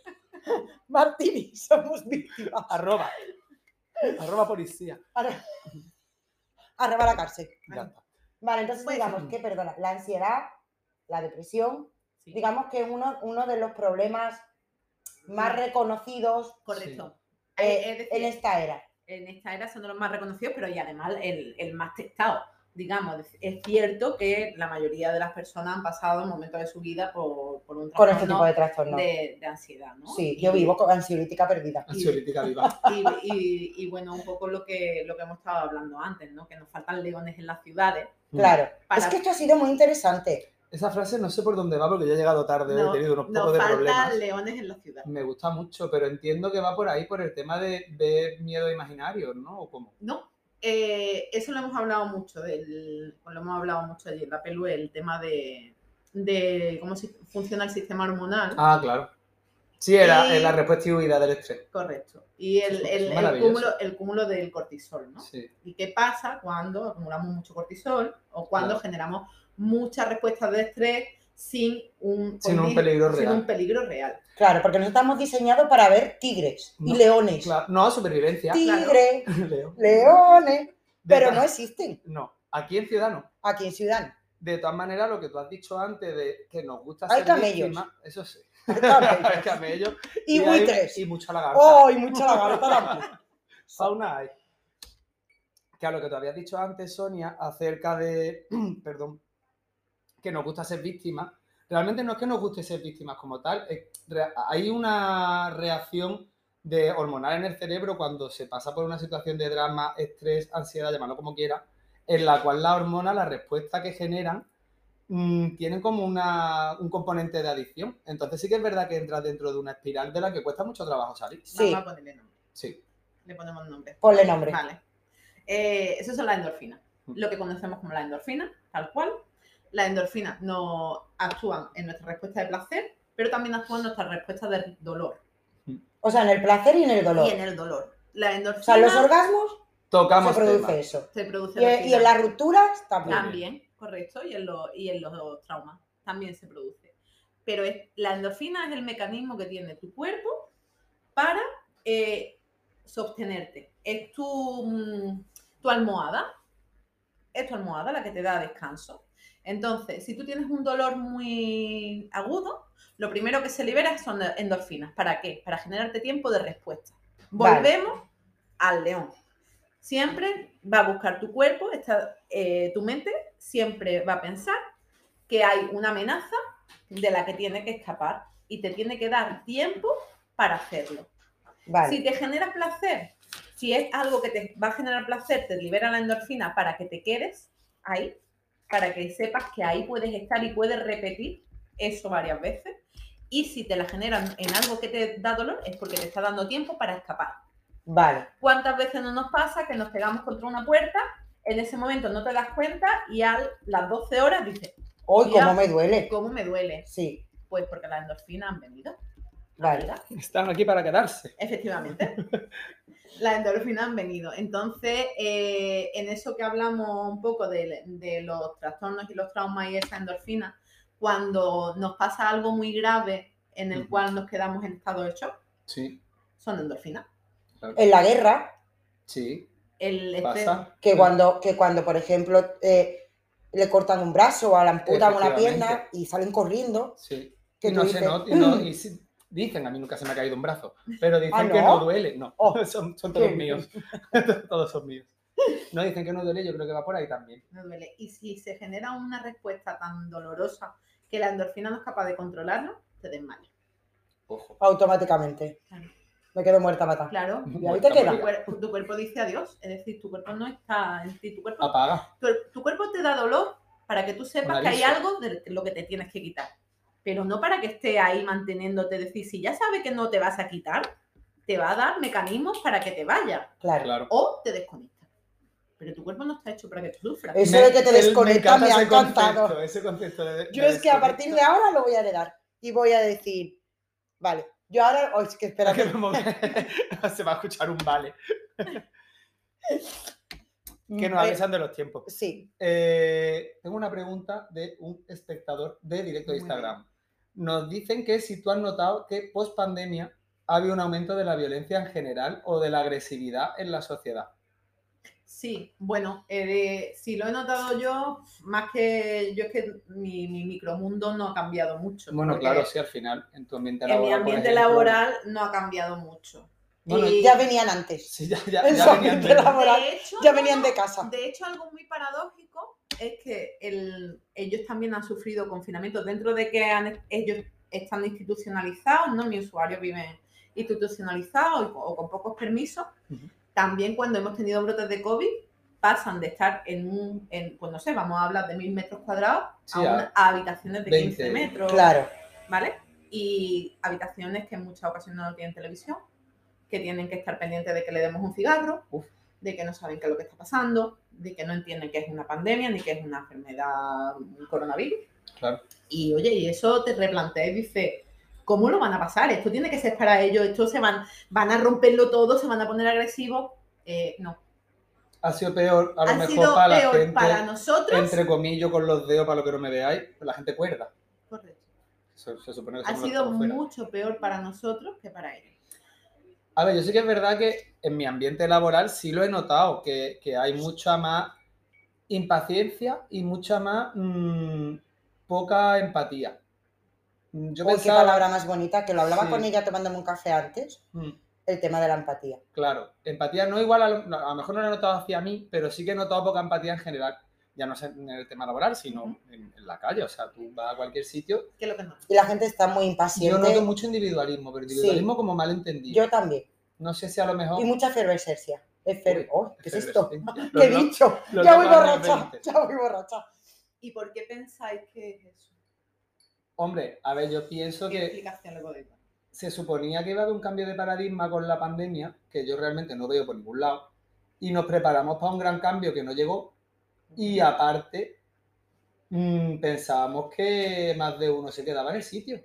Speaker 3: Martini, somos víctimas.
Speaker 2: Arroba. Arroba policía.
Speaker 3: Arra- Arroba la cárcel.
Speaker 2: Ya está.
Speaker 3: Vale, entonces
Speaker 4: Pues-
Speaker 3: digamos que, perdona, la ansiedad, la depresión,
Speaker 4: Sí,
Speaker 3: digamos que uno, uno de los problemas más reconocidos
Speaker 4: correcto.
Speaker 3: eh,
Speaker 4: Eh, es decir,
Speaker 3: en esta era.
Speaker 4: en esta era son de los más reconocidos, pero y además el, el más testado. Digamos, es- es cierto que la mayoría de las personas han pasado momentos de su vida por, por un
Speaker 3: Con este
Speaker 4: trastorno
Speaker 3: tipo de trastorno.
Speaker 4: de, de ansiedad, ¿no?
Speaker 3: Sí, yo vivo con ansiolítica perdida.
Speaker 2: Ansiolítica viva.
Speaker 4: Y, y- y, bueno, un poco lo que, lo que hemos estado hablando antes, ¿no? Que nos faltan leones en las ciudades.
Speaker 2: Mm.
Speaker 3: Claro.
Speaker 4: Para-
Speaker 3: Es que esto ha sido muy interesante.
Speaker 2: Esa frase no sé por dónde va porque ya he llegado tarde, he
Speaker 4: No,
Speaker 2: tenido unos
Speaker 4: nos
Speaker 2: pocos de
Speaker 4: faltan
Speaker 2: problemas.
Speaker 4: leones en las ciudades.
Speaker 2: Me gusta mucho, pero entiendo que va por ahí por el tema de ver miedo imaginario, ¿no? ¿O cómo?
Speaker 4: No, eh, eso lo hemos hablado mucho, del, o lo hemos hablado mucho allí en la PELU, el tema de, de cómo se- funciona el sistema hormonal.
Speaker 2: Ah, claro. Sí, era,
Speaker 4: Y-
Speaker 2: es la respuesta y huida del estrés.
Speaker 4: Correcto. Y el, el- el
Speaker 2: Maravilloso.
Speaker 4: cúmulo, el cúmulo del cortisol, ¿no?
Speaker 2: Sí.
Speaker 4: ¿Y qué pasa cuando acumulamos mucho cortisol o cuando
Speaker 2: Claro.
Speaker 4: generamos muchas respuestas de estrés sin un,
Speaker 2: Sin un
Speaker 4: sin-
Speaker 2: peligro
Speaker 4: sin
Speaker 2: real.
Speaker 4: un peligro real?
Speaker 3: Claro, porque nosotros estamos diseñados para ver tigres y
Speaker 2: No,
Speaker 3: leones.
Speaker 2: Claro, no, supervivencia.
Speaker 4: claro.
Speaker 3: Tigre,
Speaker 2: Leo.
Speaker 3: leones,
Speaker 2: De
Speaker 3: pero
Speaker 2: ta-
Speaker 3: no existen
Speaker 2: No, aquí en Ciudad no.
Speaker 3: aquí en Ciudad.
Speaker 2: De todas maneras, lo que tú has dicho antes de que nos gusta
Speaker 3: Hay
Speaker 2: ser
Speaker 3: camellos.
Speaker 2: víctimas, eso sí.
Speaker 3: Camellos.
Speaker 2: hay camellos.
Speaker 3: Y
Speaker 2: hay-
Speaker 3: buitres.
Speaker 2: Y mucha lagarta.
Speaker 3: ¡Oh, y mucha lagarta también!
Speaker 2: Fauna hay. Que a lo que tú habías dicho antes, Sonia, acerca de, perdón, que nos gusta ser víctimas, realmente no es que nos guste ser víctimas como tal, es- re- hay una reacción de hormonal en el cerebro cuando se pasa por una situación de drama, estrés, ansiedad, llamarlo como quiera, en la cual la hormona, la respuesta que generan, mm, tienen como una, un componente de adicción. Entonces sí que es verdad que entras dentro de una espiral de la que cuesta mucho trabajo salir.
Speaker 3: Sí,
Speaker 4: Vamos a ponerle nombre.
Speaker 2: Sí.
Speaker 4: Le ponemos nombre.
Speaker 3: ponle nombre.
Speaker 4: Vale. Eh, esas son las endorfinas.
Speaker 2: Mm.
Speaker 4: Lo que conocemos como la endorfina, tal cual. las endorfinas nos actúan en nuestra respuesta de placer, pero también actúan en nuestra respuesta de dolor
Speaker 3: O sea, en el placer y en el dolor.
Speaker 4: y en el dolor. Las
Speaker 3: O sea, los
Speaker 4: endorfinas
Speaker 3: orgasmos
Speaker 2: Tocamos
Speaker 3: se produce
Speaker 2: tema.
Speaker 3: eso.
Speaker 4: se producen
Speaker 3: Y,
Speaker 4: al
Speaker 3: y en
Speaker 4: final.
Speaker 3: las rupturas también.
Speaker 4: También, correcto, y en, los, y en los traumas también se produce. Pero es- la endorfina es el mecanismo que tiene tu cuerpo para eh, sostenerte. Es tu, mm, tu almohada, es tu almohada la que te da descanso. Entonces, si tú tienes un dolor muy agudo, lo primero que se libera son endorfinas. ¿Para qué? Para generarte tiempo de respuesta.
Speaker 3: Vale.
Speaker 4: Volvemos al león. Siempre va a buscar tu cuerpo, está, eh, tu mente siempre va a pensar que hay una amenaza de la que tiene que escapar y te tiene que dar tiempo para hacerlo.
Speaker 3: Vale.
Speaker 4: Si te genera placer, si es algo que te va a generar placer, te libera la endorfina para que te quedes ahí, para que sepas que ahí puedes estar y puedes repetir eso varias veces. Y si te la generan en algo que te da dolor, es porque te está dando tiempo para escapar.
Speaker 3: Vale.
Speaker 4: ¿Cuántas veces no nos pasa que nos pegamos contra una puerta? En ese momento no te das cuenta y a las 12 horas dices,
Speaker 3: Hoy,
Speaker 4: Ya.
Speaker 3: cómo me duele.
Speaker 4: ¿cómo me duele?
Speaker 3: Sí,
Speaker 4: Pues porque las endorfinas han venido.
Speaker 3: vale.
Speaker 4: amiga.
Speaker 2: Están aquí para quedarse.
Speaker 4: Efectivamente. Las endorfinas han venido. Entonces, eh, en eso que hablamos un poco de, de los trastornos y los traumas y esa endorfina, cuando nos pasa algo muy grave en el
Speaker 2: Ujú.
Speaker 4: cual nos quedamos en estado de shock,
Speaker 2: Sí,
Speaker 4: son endorfinas.
Speaker 3: En la guerra,
Speaker 2: sí,
Speaker 4: El estrés-
Speaker 2: pasa.
Speaker 3: Este, que cuando, que cuando por ejemplo, eh, le cortan un brazo o la amputan una
Speaker 2: Efectivamente.
Speaker 3: pierna y salen corriendo,
Speaker 2: Sí.
Speaker 3: que
Speaker 2: Y
Speaker 3: tú
Speaker 2: no
Speaker 3: dices, "Mm".
Speaker 2: se nota, y no- y sí, dicen, a mí nunca se me ha caído un brazo, pero dicen que
Speaker 3: Ah, no?
Speaker 2: no duele. No,
Speaker 3: Oh,
Speaker 2: son, son todos
Speaker 3: qué
Speaker 2: míos. todos son míos. No dicen que no duele, yo creo que va por ahí también.
Speaker 4: no duele. Y si se genera una respuesta tan dolorosa que la endorfina no es capaz de controlarlo, te desmayas.
Speaker 2: Ojo.
Speaker 3: automáticamente.
Speaker 4: Claro.
Speaker 3: Me quedo muerta matada.
Speaker 4: Claro.
Speaker 3: Y ahí te
Speaker 4: Tu,
Speaker 3: queda.
Speaker 4: cuer- tu cuerpo dice adiós, es decir, tu cuerpo no está en ti, tu cuerpo
Speaker 2: Apaga.
Speaker 4: tu, tu cuerpo te da dolor para que tú sepas
Speaker 2: Un
Speaker 4: que hay
Speaker 2: aviso.
Speaker 4: algo de lo que te tienes que quitar. Pero no para que esté ahí manteniéndote, decir, si ya sabe que no te vas a quitar, te va a dar mecanismos para que te vaya
Speaker 3: Claro.
Speaker 2: Claro.
Speaker 4: o te desconectas. Pero tu cuerpo no está hecho para que tú sufras.
Speaker 3: Eso
Speaker 2: Me-
Speaker 3: de que te
Speaker 2: el- me
Speaker 3: desconectas
Speaker 2: encanta
Speaker 3: me, ha
Speaker 2: ese concepto,
Speaker 3: encantado.
Speaker 2: Ese concepto de, de
Speaker 3: Yo es que a partir de
Speaker 2: desconecto.
Speaker 3: ahora lo voy a heredar y voy a decir, vale, yo ahora, oh, es que espera,
Speaker 2: Que me mo- se va a escuchar un vale. Que
Speaker 3: Eh,
Speaker 2: nos avisan de los tiempos.
Speaker 3: Sí,
Speaker 2: Eh, tengo una pregunta de un espectador de directo de
Speaker 4: Muy
Speaker 2: Instagram. Nos dicen que si tú has notado que post pandemia ha habido un aumento de la violencia en general o de la agresividad en la sociedad.
Speaker 4: Sí, bueno, eh, de- si lo he notado yo, más que yo es que mi, mi micromundo no ha cambiado mucho.
Speaker 2: Bueno,
Speaker 4: porque
Speaker 2: claro, sí, al final, en tu ambiente
Speaker 4: En
Speaker 2: laboral.
Speaker 4: mi
Speaker 2: por
Speaker 4: ambiente
Speaker 2: ejemplo,
Speaker 4: laboral no ha cambiado mucho.
Speaker 2: Bueno,
Speaker 4: Y-
Speaker 3: ya venían antes,
Speaker 2: Sí, ya, ya-
Speaker 3: En
Speaker 2: ya
Speaker 3: su
Speaker 2: venían
Speaker 3: ambiente
Speaker 2: de-
Speaker 3: laboral,
Speaker 4: de hecho,
Speaker 3: ya
Speaker 4: no,
Speaker 3: venían
Speaker 4: no,
Speaker 3: de casa.
Speaker 4: De hecho, algo muy paradójico es que el- ellos también han sufrido confinamientos dentro de que han- ellos están institucionalizados, ¿no? Mis usuarios viven institucionalizados y co- o con pocos permisos.
Speaker 2: Ujú.
Speaker 4: También cuando hemos tenido brotes de COVID, pasan de estar en un, en, pues no sé, vamos a hablar de mil metros cuadrados
Speaker 2: Sí,
Speaker 4: a,
Speaker 2: a
Speaker 4: una- a habitaciones de 15
Speaker 2: 20,
Speaker 4: metros.
Speaker 3: claro,
Speaker 4: ¿vale? Y habitaciones que en muchas ocasiones no tienen televisión, que tienen que estar pendientes de que le demos un cigarro,
Speaker 2: Uf.
Speaker 4: de que no saben qué es lo que está pasando, de que no entienden que es una pandemia ni que es una enfermedad, un coronavirus.
Speaker 2: Claro.
Speaker 4: Y oye, y eso te replanteas y dices, ¿cómo lo van a pasar? Esto tiene que ser para ellos, esto se van, van a romperlo todo, se van a poner agresivos. Eh, no,
Speaker 2: Ha sido peor, a lo
Speaker 4: ha
Speaker 2: mejor
Speaker 4: sido
Speaker 2: para la
Speaker 4: peor
Speaker 2: gente,
Speaker 4: para nosotros.
Speaker 2: entre comillas, con los dedos, para lo que no me veáis, la gente cuerda.
Speaker 4: Correcto.
Speaker 2: Se, se supone que
Speaker 4: Ha
Speaker 2: somos los que
Speaker 4: sido
Speaker 2: estamos fuera.
Speaker 4: mucho peor para nosotros que para ellos.
Speaker 2: A ver, yo sí que es verdad que en mi ambiente laboral sí lo he notado, que, que hay mucha más impaciencia y mucha más mm, poca empatía. Mm, Yo
Speaker 3: Uy, qué
Speaker 2: pensaba,
Speaker 3: palabra más bonita, que lo hablaba
Speaker 2: Sí.
Speaker 3: con ella tomándome un café antes,
Speaker 2: Mm,
Speaker 3: el tema de la empatía.
Speaker 2: claro, empatía no igual, a lo, a lo mejor no la he notado hacia mí, pero sí que he notado poca empatía en general. Ya no sé en el tema laboral, sino en, en la calle. O sea, tú vas a cualquier sitio.
Speaker 4: Que lo que no.
Speaker 3: Y la gente está muy impaciente,
Speaker 2: Yo noto mucho individualismo, pero
Speaker 3: Sí.
Speaker 2: individualismo como malentendido.
Speaker 3: Yo también,
Speaker 2: No sé si a lo mejor.
Speaker 3: y mucha efervescencia. Efer-
Speaker 2: Uy,
Speaker 3: oh, ¿Qué es esto?
Speaker 2: efervescencia.
Speaker 3: ¿Qué he
Speaker 2: Los no-
Speaker 3: dicho?
Speaker 2: los
Speaker 3: Ya voy
Speaker 2: no van a
Speaker 3: borracha,
Speaker 2: 20.
Speaker 3: ya voy borracha.
Speaker 4: ¿Y por qué pensáis que es eso?
Speaker 2: Hombre, a ver, yo pienso
Speaker 4: ¿Qué
Speaker 2: que
Speaker 4: explicación le podéis dar?
Speaker 2: se suponía que iba a haber un cambio de paradigma con la pandemia, que yo realmente no veo por ningún lado, y nos preparamos para un gran cambio que no llegó, y aparte mm, pensábamos que más de uno se quedaba en el sitio.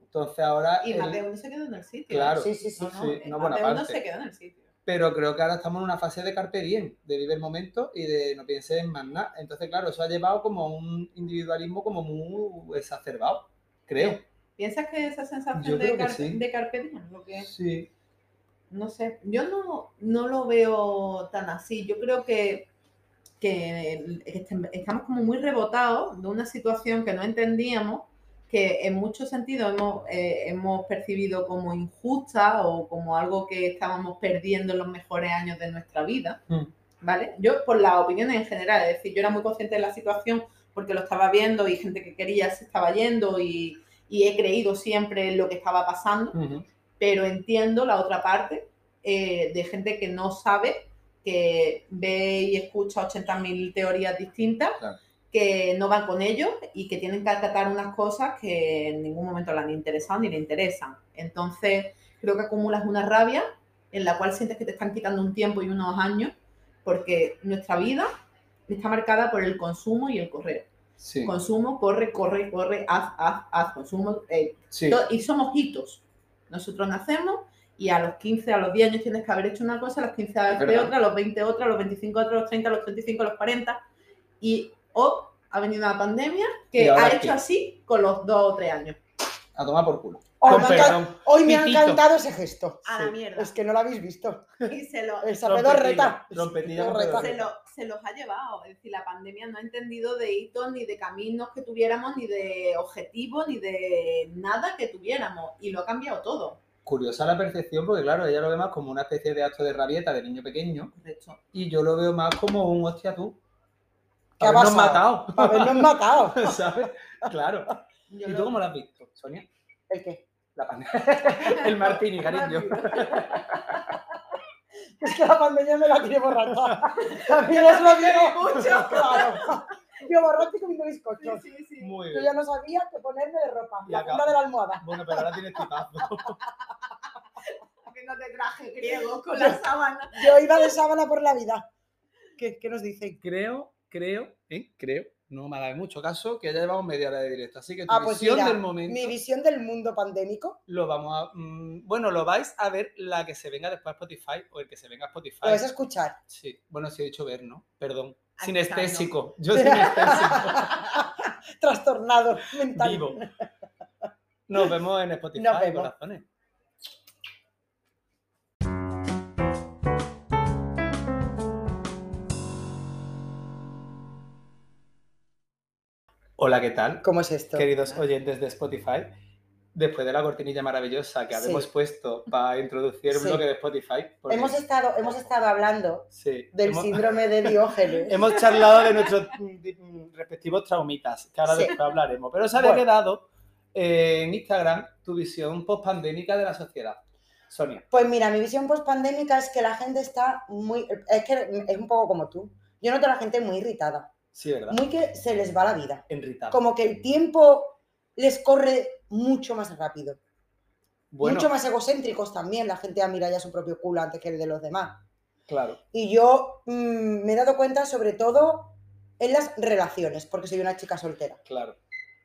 Speaker 2: Entonces ahora...
Speaker 4: Y más
Speaker 2: el-
Speaker 4: de uno se quedó en el sitio.
Speaker 2: Claro.
Speaker 3: Sí, sí, sí.
Speaker 4: No, no,
Speaker 2: sí,
Speaker 4: eh,
Speaker 2: una
Speaker 4: más
Speaker 2: buena
Speaker 4: de uno
Speaker 2: parte.
Speaker 4: se quedó en el sitio.
Speaker 2: pero creo que ahora estamos en una fase de carpe diem, de vive el momento y de no pienses en más nada. Entonces, claro, eso ha llevado como a un individualismo como muy exacerbado, creo.
Speaker 4: ¿Piensas que esa
Speaker 2: Yo
Speaker 4: sensación
Speaker 2: creo
Speaker 4: de,
Speaker 2: que
Speaker 4: carpe,
Speaker 2: sí.
Speaker 4: de carpe diem, lo que
Speaker 2: Sí,
Speaker 4: no sé, yo no, no lo veo tan así. Yo creo que, que est- estamos como muy rebotados de una situación que no entendíamos, que en muchos sentidos hemos, eh, hemos percibido como injusta o como algo que estábamos perdiendo en los mejores años de nuestra vida.
Speaker 2: Mm.
Speaker 4: ¿Vale? Yo, por las opiniones en general, es decir, yo era muy consciente de la situación porque lo estaba viendo y gente que quería se estaba yendo y, y he creído siempre en lo que estaba pasando
Speaker 2: ujú,
Speaker 4: pero entiendo la otra parte eh, de gente que no sabe, que ve y escucha 80.000 teorías distintas,
Speaker 2: Claro.
Speaker 4: que no van con ellos y que tienen que acatar unas cosas que en ningún momento le han interesado ni le interesan. Entonces, creo que acumulas una rabia en la cual sientes que te están quitando un tiempo y unos años, porque nuestra vida está marcada por el consumo y el correr.
Speaker 2: sí,
Speaker 4: Consumo, corre, corre, corre, haz, haz, haz, consumo, eh,
Speaker 2: sí,
Speaker 4: To- Y somos hitos. Nosotros nacemos y a los 15, a los 10 años tienes que haber hecho una cosa, a los 15
Speaker 2: Es
Speaker 4: haber
Speaker 2: verdad.
Speaker 4: hecho otra, a los 20 otra, a los 25 otra, a los 30, a los 35, a los 40. Y o ha venido una pandemia
Speaker 2: Y
Speaker 4: que
Speaker 2: ahora
Speaker 4: ha
Speaker 2: qué.
Speaker 4: hecho así con los 2 o 3 años.
Speaker 2: a tomar por culo.
Speaker 3: Hoy
Speaker 2: Con
Speaker 3: me, ha encan-
Speaker 2: perdón.
Speaker 3: hoy me ha
Speaker 2: Pitito.
Speaker 3: encantado ese gesto.
Speaker 4: A la mierda.
Speaker 3: Es que no lo habéis visto.
Speaker 4: Y se, lo-
Speaker 2: Trompetilla,
Speaker 3: Esa pedorreta.
Speaker 2: trompetilla con
Speaker 3: Pedorreta.
Speaker 4: se lo- se los ha llevado. Es decir, la pandemia no ha entendido de hitos, ni de caminos que tuviéramos, ni de objetivos, ni de nada que tuviéramos. Y lo ha cambiado todo.
Speaker 2: Curiosa la percepción, porque claro, ella lo ve más como una especie de acto de rabieta de niño pequeño
Speaker 4: Correcto.
Speaker 2: y yo lo veo más como un hostia tú.
Speaker 3: ¿Qué ha
Speaker 2: Habernos
Speaker 3: pasado?
Speaker 2: matado,
Speaker 3: Habernos matado.
Speaker 2: ¿sabes? Claro.
Speaker 4: Yo
Speaker 2: ¿Y
Speaker 4: lo-
Speaker 2: tú cómo lo has visto, Sonia?
Speaker 3: ¿El qué?
Speaker 2: La pandemia. El martini, cariño.
Speaker 3: Es que la pandemia me la tiene borracha. También es lo mismo.
Speaker 4: Mucho.
Speaker 3: Claro. Yo borracha y comiendo bizcochos.
Speaker 4: Sí, sí, sí.
Speaker 2: Muy
Speaker 3: Yo
Speaker 2: bien.
Speaker 3: ya no sabía qué ponerme de ropa.
Speaker 2: Y
Speaker 3: La
Speaker 2: acá.
Speaker 3: funda de la almohada.
Speaker 2: Bueno, pero ahora tienes tipazo.
Speaker 4: que no te traje griego con la sábana.
Speaker 3: Yo iba de sábana por la vida. ¿Qué, qué nos dicen?
Speaker 2: creo, creo, ¿eh? creo, no me hagáis mucho caso, que ya llevamos media hora de directo. Así que tu
Speaker 3: Ah, pues
Speaker 2: visión
Speaker 3: mira,
Speaker 2: del momento
Speaker 3: Mi visión del mundo pandémico.
Speaker 2: lo vamos a. mm, bueno, lo vais a ver la que se venga después a Spotify o el que se venga a Spotify.
Speaker 3: Lo vais a escuchar.
Speaker 2: Sí. Bueno, sí he dicho ver, ¿no? Perdón.
Speaker 4: Ay,
Speaker 2: Sinestésico. Yo sinestésico.
Speaker 3: Trastornado mental.
Speaker 2: Vivo. Nos vemos en Spotify,
Speaker 3: Nos vemos.
Speaker 2: corazones. Hola, ¿qué tal?
Speaker 3: ¿Cómo es esto?
Speaker 2: queridos oyentes de Spotify, después de la cortinilla maravillosa que
Speaker 3: Sí.
Speaker 2: habíamos puesto para introducir el
Speaker 3: Sí.
Speaker 2: bloque de Spotify, porque-
Speaker 3: Hemos estado, hemos estado hablando
Speaker 2: sí,
Speaker 3: del
Speaker 2: hemos,
Speaker 3: síndrome de Diógenes.
Speaker 2: hemos charlado de nuestros mm, di- mm, respectivos traumitas, que ahora
Speaker 3: Sí.
Speaker 2: después hablaremos, pero se había
Speaker 3: Bueno.
Speaker 2: quedado eh, en Instagram tu visión post-pandémica de la sociedad. Sonia,
Speaker 3: Pues mira, mi visión pospandémica es que la gente está muy. Es que es un poco como tú. Yo noto a la gente muy irritada,
Speaker 2: sí, ¿verdad?
Speaker 3: muy que se les va la vida.
Speaker 2: Enritada.
Speaker 3: Como que el tiempo les corre mucho más rápido.
Speaker 2: Bueno,
Speaker 3: Mucho más egocéntricos también. La gente "Ah, mira ya su propio culo antes que el de los demás.
Speaker 2: claro.
Speaker 3: Y yo mm, me he dado cuenta, sobre todo, en las relaciones, porque soy una chica soltera.
Speaker 2: Claro.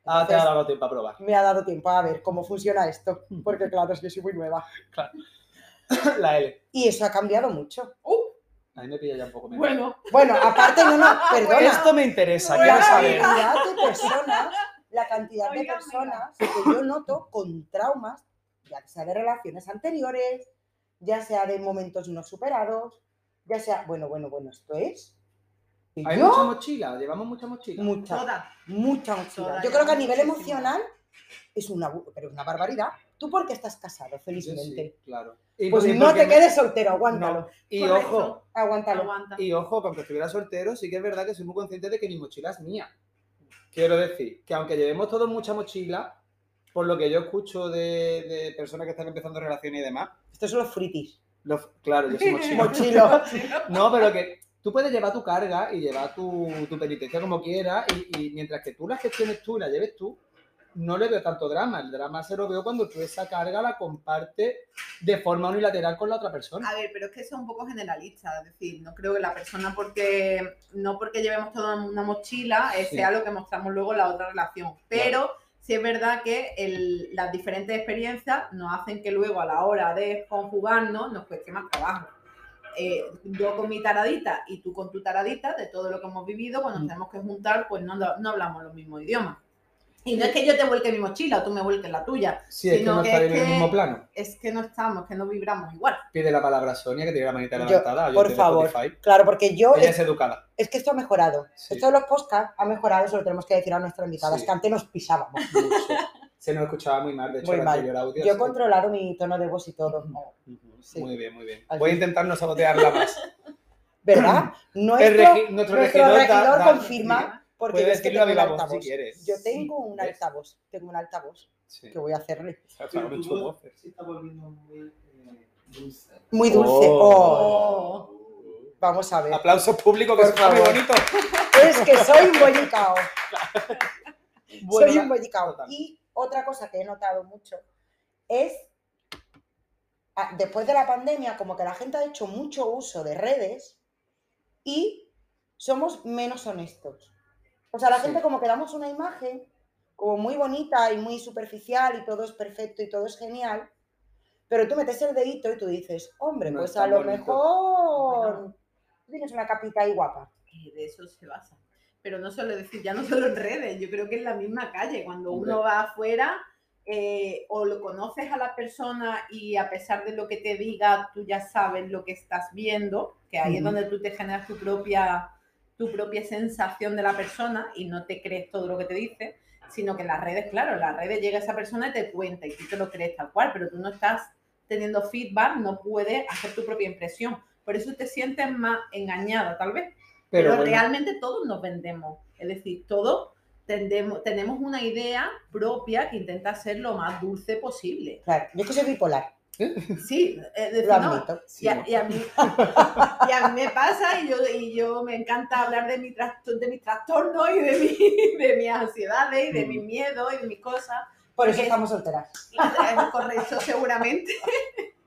Speaker 2: Ah, te ha
Speaker 3: Entonces-
Speaker 2: dado tiempo a probar.
Speaker 3: Me ha dado tiempo a ver cómo funciona esto, porque claro, es que soy muy nueva.
Speaker 2: La L.
Speaker 3: Y eso ha cambiado mucho.
Speaker 2: A mí me pilla ya un poco menos.
Speaker 4: Bueno,
Speaker 3: Bueno, aparte, no, no, perdona.
Speaker 2: Esto me interesa,
Speaker 3: la
Speaker 2: quiero
Speaker 4: Bueno,
Speaker 2: saber.
Speaker 4: amiga.
Speaker 3: cantidad de personas, la cantidad de
Speaker 4: Oiga,
Speaker 3: personas que yo noto con traumas, ya sea de relaciones anteriores, ya sea de momentos no superados, ya sea, bueno, bueno, bueno, esto es que
Speaker 2: Hay
Speaker 3: yo
Speaker 2: mucha mochila, llevamos mucha mochila.
Speaker 3: mucha,
Speaker 4: toda.
Speaker 3: mucha ansiedad.
Speaker 4: Toda,
Speaker 3: Yo creo que a
Speaker 4: llevamos
Speaker 3: nivel
Speaker 4: muchísimo.
Speaker 3: emocional es una, bu- pero una barbaridad. Tú porque estás casado,
Speaker 2: Pues Yo sí,
Speaker 3: felizmente.
Speaker 2: claro. Y
Speaker 3: Pues
Speaker 2: porque-
Speaker 3: no te
Speaker 2: porque-
Speaker 3: quedes soltero, aguántalo,
Speaker 2: no. Y
Speaker 4: Correcto.
Speaker 2: ojo,
Speaker 3: aguántalo.
Speaker 4: Aguanta.
Speaker 2: y ojo, que aunque estuviera soltero, sí que es verdad que soy muy consciente de que mi mochila es mía. Quiero decir, que aunque llevemos todos mucha mochila, por lo que yo escucho de, de personas que están empezando relaciones y demás,
Speaker 3: Estos son los fritis.
Speaker 2: los- claro, yo soy mochila.
Speaker 3: Mochilo.
Speaker 2: No, pero que tú puedes llevar tu carga y llevar tu, tu penitencia como quieras y, y mientras que tú la gestiones tú y la lleves tú, no le veo tanto drama. El drama se lo veo cuando tú esa carga la comparte de forma unilateral con la otra persona.
Speaker 4: A ver, pero es que eso es un poco generalista, es decir, no creo que la persona porque no porque llevemos toda una mochila eh,
Speaker 2: Sí.
Speaker 4: sea lo que mostramos luego en la otra relación, pero sí es verdad que el- las diferentes experiencias nos hacen que luego a la hora de conjugarnos nos cueste más trabajo. Eh, yo con mi taradita y tú con tu taradita, de todo lo que hemos vivido, cuando
Speaker 2: Mm.
Speaker 4: nos tenemos que juntar, pues no, no hablamos los mismos idiomas. Y no es que yo te vuelque mi mochila o tú me vuelques la tuya,
Speaker 2: Sí, es que
Speaker 4: Ah, sino
Speaker 2: no
Speaker 4: que
Speaker 2: está
Speaker 4: es
Speaker 2: en el
Speaker 4: que-
Speaker 2: mismo plano.
Speaker 4: es que no estamos, que no vibramos igual.
Speaker 2: Pide la palabra a Sonia, que tiene la manita
Speaker 3: Yo,
Speaker 2: levantada.
Speaker 3: por
Speaker 2: tengo
Speaker 3: favor.
Speaker 2: Spotify.
Speaker 3: Claro, porque yo
Speaker 2: Ella
Speaker 3: es,
Speaker 2: es educada.
Speaker 3: es que esto ha mejorado.
Speaker 2: Sí.
Speaker 3: Esto de los podcasts ha mejorado, eso lo tenemos que decir a nuestra invitada.
Speaker 2: Sí.
Speaker 3: Es que antes nos pisábamos.
Speaker 2: Mucho. Se nos escuchaba muy mal, de hecho,
Speaker 3: Muy
Speaker 2: el
Speaker 3: mal.
Speaker 2: anterior audio.
Speaker 3: Yo he
Speaker 2: se-
Speaker 3: controlado mi tono de voz y todo.
Speaker 2: Ujú,
Speaker 3: Sí.
Speaker 2: Muy bien, muy bien.
Speaker 3: Así
Speaker 2: Voy a
Speaker 3: es.
Speaker 2: intentar no sabotearla más.
Speaker 3: ¿Verdad? Nuestro,
Speaker 2: El regi- nuestro regidor da-
Speaker 3: regidor
Speaker 2: da-
Speaker 3: confirma porque
Speaker 2: Puede
Speaker 3: yo es que
Speaker 2: decirlo a
Speaker 3: tengo un
Speaker 2: viva voz si
Speaker 3: altavoz.
Speaker 2: quieres.
Speaker 3: Yo tengo un
Speaker 2: ¿Ves?
Speaker 3: altavoz, tengo un altavoz
Speaker 2: Sí.
Speaker 3: que voy a hacerle.
Speaker 2: Está claro,
Speaker 1: Pero
Speaker 2: mucho
Speaker 1: tu voz
Speaker 2: voz.
Speaker 1: se está volviendo muy eh, dulce.
Speaker 3: Muy dulce.
Speaker 2: Oh.
Speaker 3: Oh, vamos a ver.
Speaker 2: Aplauso público, que
Speaker 3: Por
Speaker 2: está muy
Speaker 3: favor.
Speaker 2: bonito.
Speaker 3: Es que soy un bollicao. soy un bollicao.
Speaker 2: total.
Speaker 3: Y otra cosa que he notado mucho es, ah, después de la pandemia, como que la gente ha hecho mucho uso de redes y somos menos honestos. O sea, la
Speaker 2: Sí.
Speaker 3: gente como que damos una imagen como muy bonita y muy superficial y todo es perfecto y todo es genial, pero tú metes el dedito y tú dices, hombre,
Speaker 2: No es
Speaker 3: pues a
Speaker 2: tan
Speaker 3: lo
Speaker 2: bonito".
Speaker 3: mejor
Speaker 4: Bueno.
Speaker 3: tienes una capita ahí guapa.
Speaker 4: Y de eso se basa. Pero no solo decir, ya no solo en redes, yo creo que en la misma calle, cuando
Speaker 2: Hombre.
Speaker 4: uno va afuera eh, o lo conoces a la persona y a pesar de lo que te diga, tú ya sabes lo que estás viendo, que ahí es
Speaker 2: Ujú.
Speaker 4: donde tú te generas tu propia, tu propia sensación de la persona y no te crees todo lo que te dice, sino que en las redes, claro, en las redes llega esa persona y te cuenta y tú te lo crees tal cual, pero tú no estás teniendo feedback, no puedes hacer tu propia impresión. Por eso te sientes más engañada, tal vez pero,
Speaker 2: bueno,
Speaker 4: realmente todos nos vendemos. Es decir, todos tendemos- tenemos una idea propia que intenta ser lo más dulce posible.
Speaker 3: Claro, yo es que soy bipolar,
Speaker 4: Sí, es decir,
Speaker 3: lo
Speaker 4: Pues no,
Speaker 3: admito.
Speaker 2: sí,
Speaker 4: y, a,
Speaker 2: no.
Speaker 4: y a mí, y a mí me pasa y yo, y yo me encanta hablar de, mi trastor- de mis trastornos y de, mi- de mis ansiedades y de
Speaker 2: Mm.
Speaker 4: mis miedos y de mis cosas.
Speaker 3: Por eso
Speaker 4: porque-
Speaker 3: estamos solteras.
Speaker 4: Es correcto, seguramente.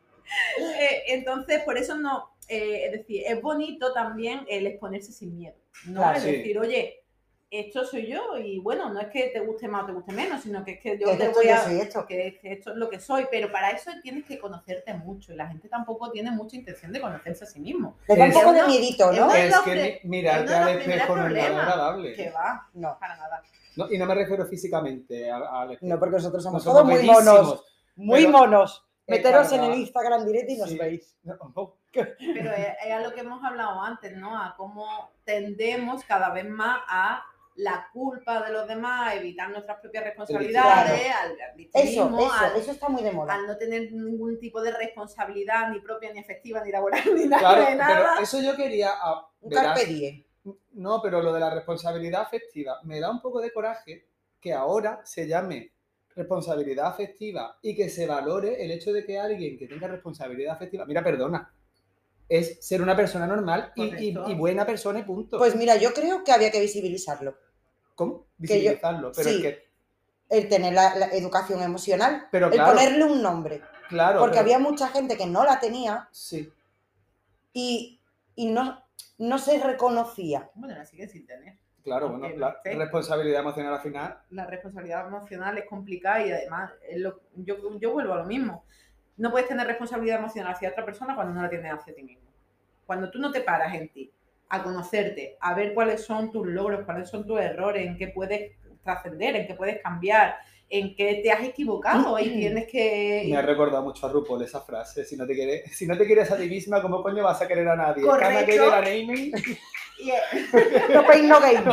Speaker 4: Eh, Entonces, por eso no, eh, es decir, es bonito también el exponerse sin miedo. No
Speaker 3: Claro,
Speaker 4: es
Speaker 2: sí.
Speaker 4: decir, oye, esto soy yo y bueno, no es que te guste más o te guste menos, sino que es que yo
Speaker 3: Que
Speaker 4: te
Speaker 3: esto
Speaker 4: voy
Speaker 3: yo
Speaker 4: a...
Speaker 3: soy esto.
Speaker 4: Que, que esto es lo que soy, pero para eso tienes que conocerte mucho y la gente tampoco tiene mucha intención de conocerse a sí mismo.
Speaker 3: Le da un
Speaker 2: Es-
Speaker 3: poco de
Speaker 4: no,
Speaker 3: miedito, ¿no?
Speaker 4: no es
Speaker 2: es
Speaker 4: lo
Speaker 2: que
Speaker 4: pri-
Speaker 2: mi- mirarte
Speaker 4: es uno de
Speaker 2: al
Speaker 4: los primeros
Speaker 2: espejo no es nada
Speaker 4: problemas. Que
Speaker 2: agradable.
Speaker 4: va,
Speaker 3: No,
Speaker 4: para nada.
Speaker 2: No, y no me refiero físicamente al, al espejo.
Speaker 3: no, porque nosotros somos
Speaker 2: Nosotros
Speaker 3: todos muy
Speaker 2: bellísimos.
Speaker 3: monos. Muy
Speaker 2: pero-
Speaker 3: monos.
Speaker 2: Eh,
Speaker 3: Meteros en
Speaker 2: carga.
Speaker 3: el Instagram directo y nos
Speaker 2: Sí.
Speaker 3: veis.
Speaker 2: No, no.
Speaker 4: Pero es, es a lo que hemos hablado antes, ¿no? A cómo tendemos cada vez más a la culpa de los demás, a evitar nuestras propias responsabilidades, al, al
Speaker 3: Eso,
Speaker 4: victimismo,
Speaker 3: eso,
Speaker 4: al,
Speaker 3: eso está muy de moda.
Speaker 4: al no tener ningún tipo de responsabilidad, ni propia, ni efectiva, ni laboral, ni nada
Speaker 2: Claro,
Speaker 4: de
Speaker 2: pero
Speaker 4: nada.
Speaker 2: eso yo quería. ah,
Speaker 3: Un
Speaker 2: verás,
Speaker 3: carpe diem.
Speaker 2: No, pero lo de la responsabilidad afectiva. Me da un poco de coraje que ahora se llame responsabilidad afectiva y que se valore el hecho de que alguien que tenga responsabilidad afectiva. Mira, perdona. Es ser una persona normal y, y-
Speaker 4: Correcto.
Speaker 2: y buena persona y punto.
Speaker 3: Pues mira, yo creo que había que visibilizarlo.
Speaker 2: ¿Cómo?
Speaker 3: que yo-
Speaker 2: Visibilizarlo. pero,
Speaker 3: sí.
Speaker 2: es que-
Speaker 3: El tener la, la educación emocional.
Speaker 2: pero
Speaker 3: El
Speaker 2: claro,
Speaker 3: ponerle un nombre.
Speaker 2: claro.
Speaker 3: Porque
Speaker 2: pero-
Speaker 3: había mucha gente que no la tenía
Speaker 2: Sí,
Speaker 3: y, y no, no se reconocía.
Speaker 4: Bueno, la siguen sin tener.
Speaker 2: claro,
Speaker 4: Aunque
Speaker 2: bueno,
Speaker 4: no
Speaker 2: la
Speaker 4: esté.
Speaker 2: responsabilidad emocional al final.
Speaker 4: La responsabilidad emocional es complicada y además es lo- yo, yo vuelvo a lo mismo. No puedes tener responsabilidad emocional hacia otra persona cuando no la tienes hacia ti mismo. Cuando tú no te paras en ti, a conocerte, a ver cuáles son tus logros, cuáles son tus errores, en qué puedes trascender, en qué puedes cambiar, en qué te has equivocado y tienes que...
Speaker 2: Me ha recordado mucho a RuPaul esa frase. Si no te quieres, si no te quieres a ti misma, ¿cómo coño vas a querer a nadie? Can I get
Speaker 4: Correcto.
Speaker 2: a naming?
Speaker 4: y es-
Speaker 3: No pain, no gain.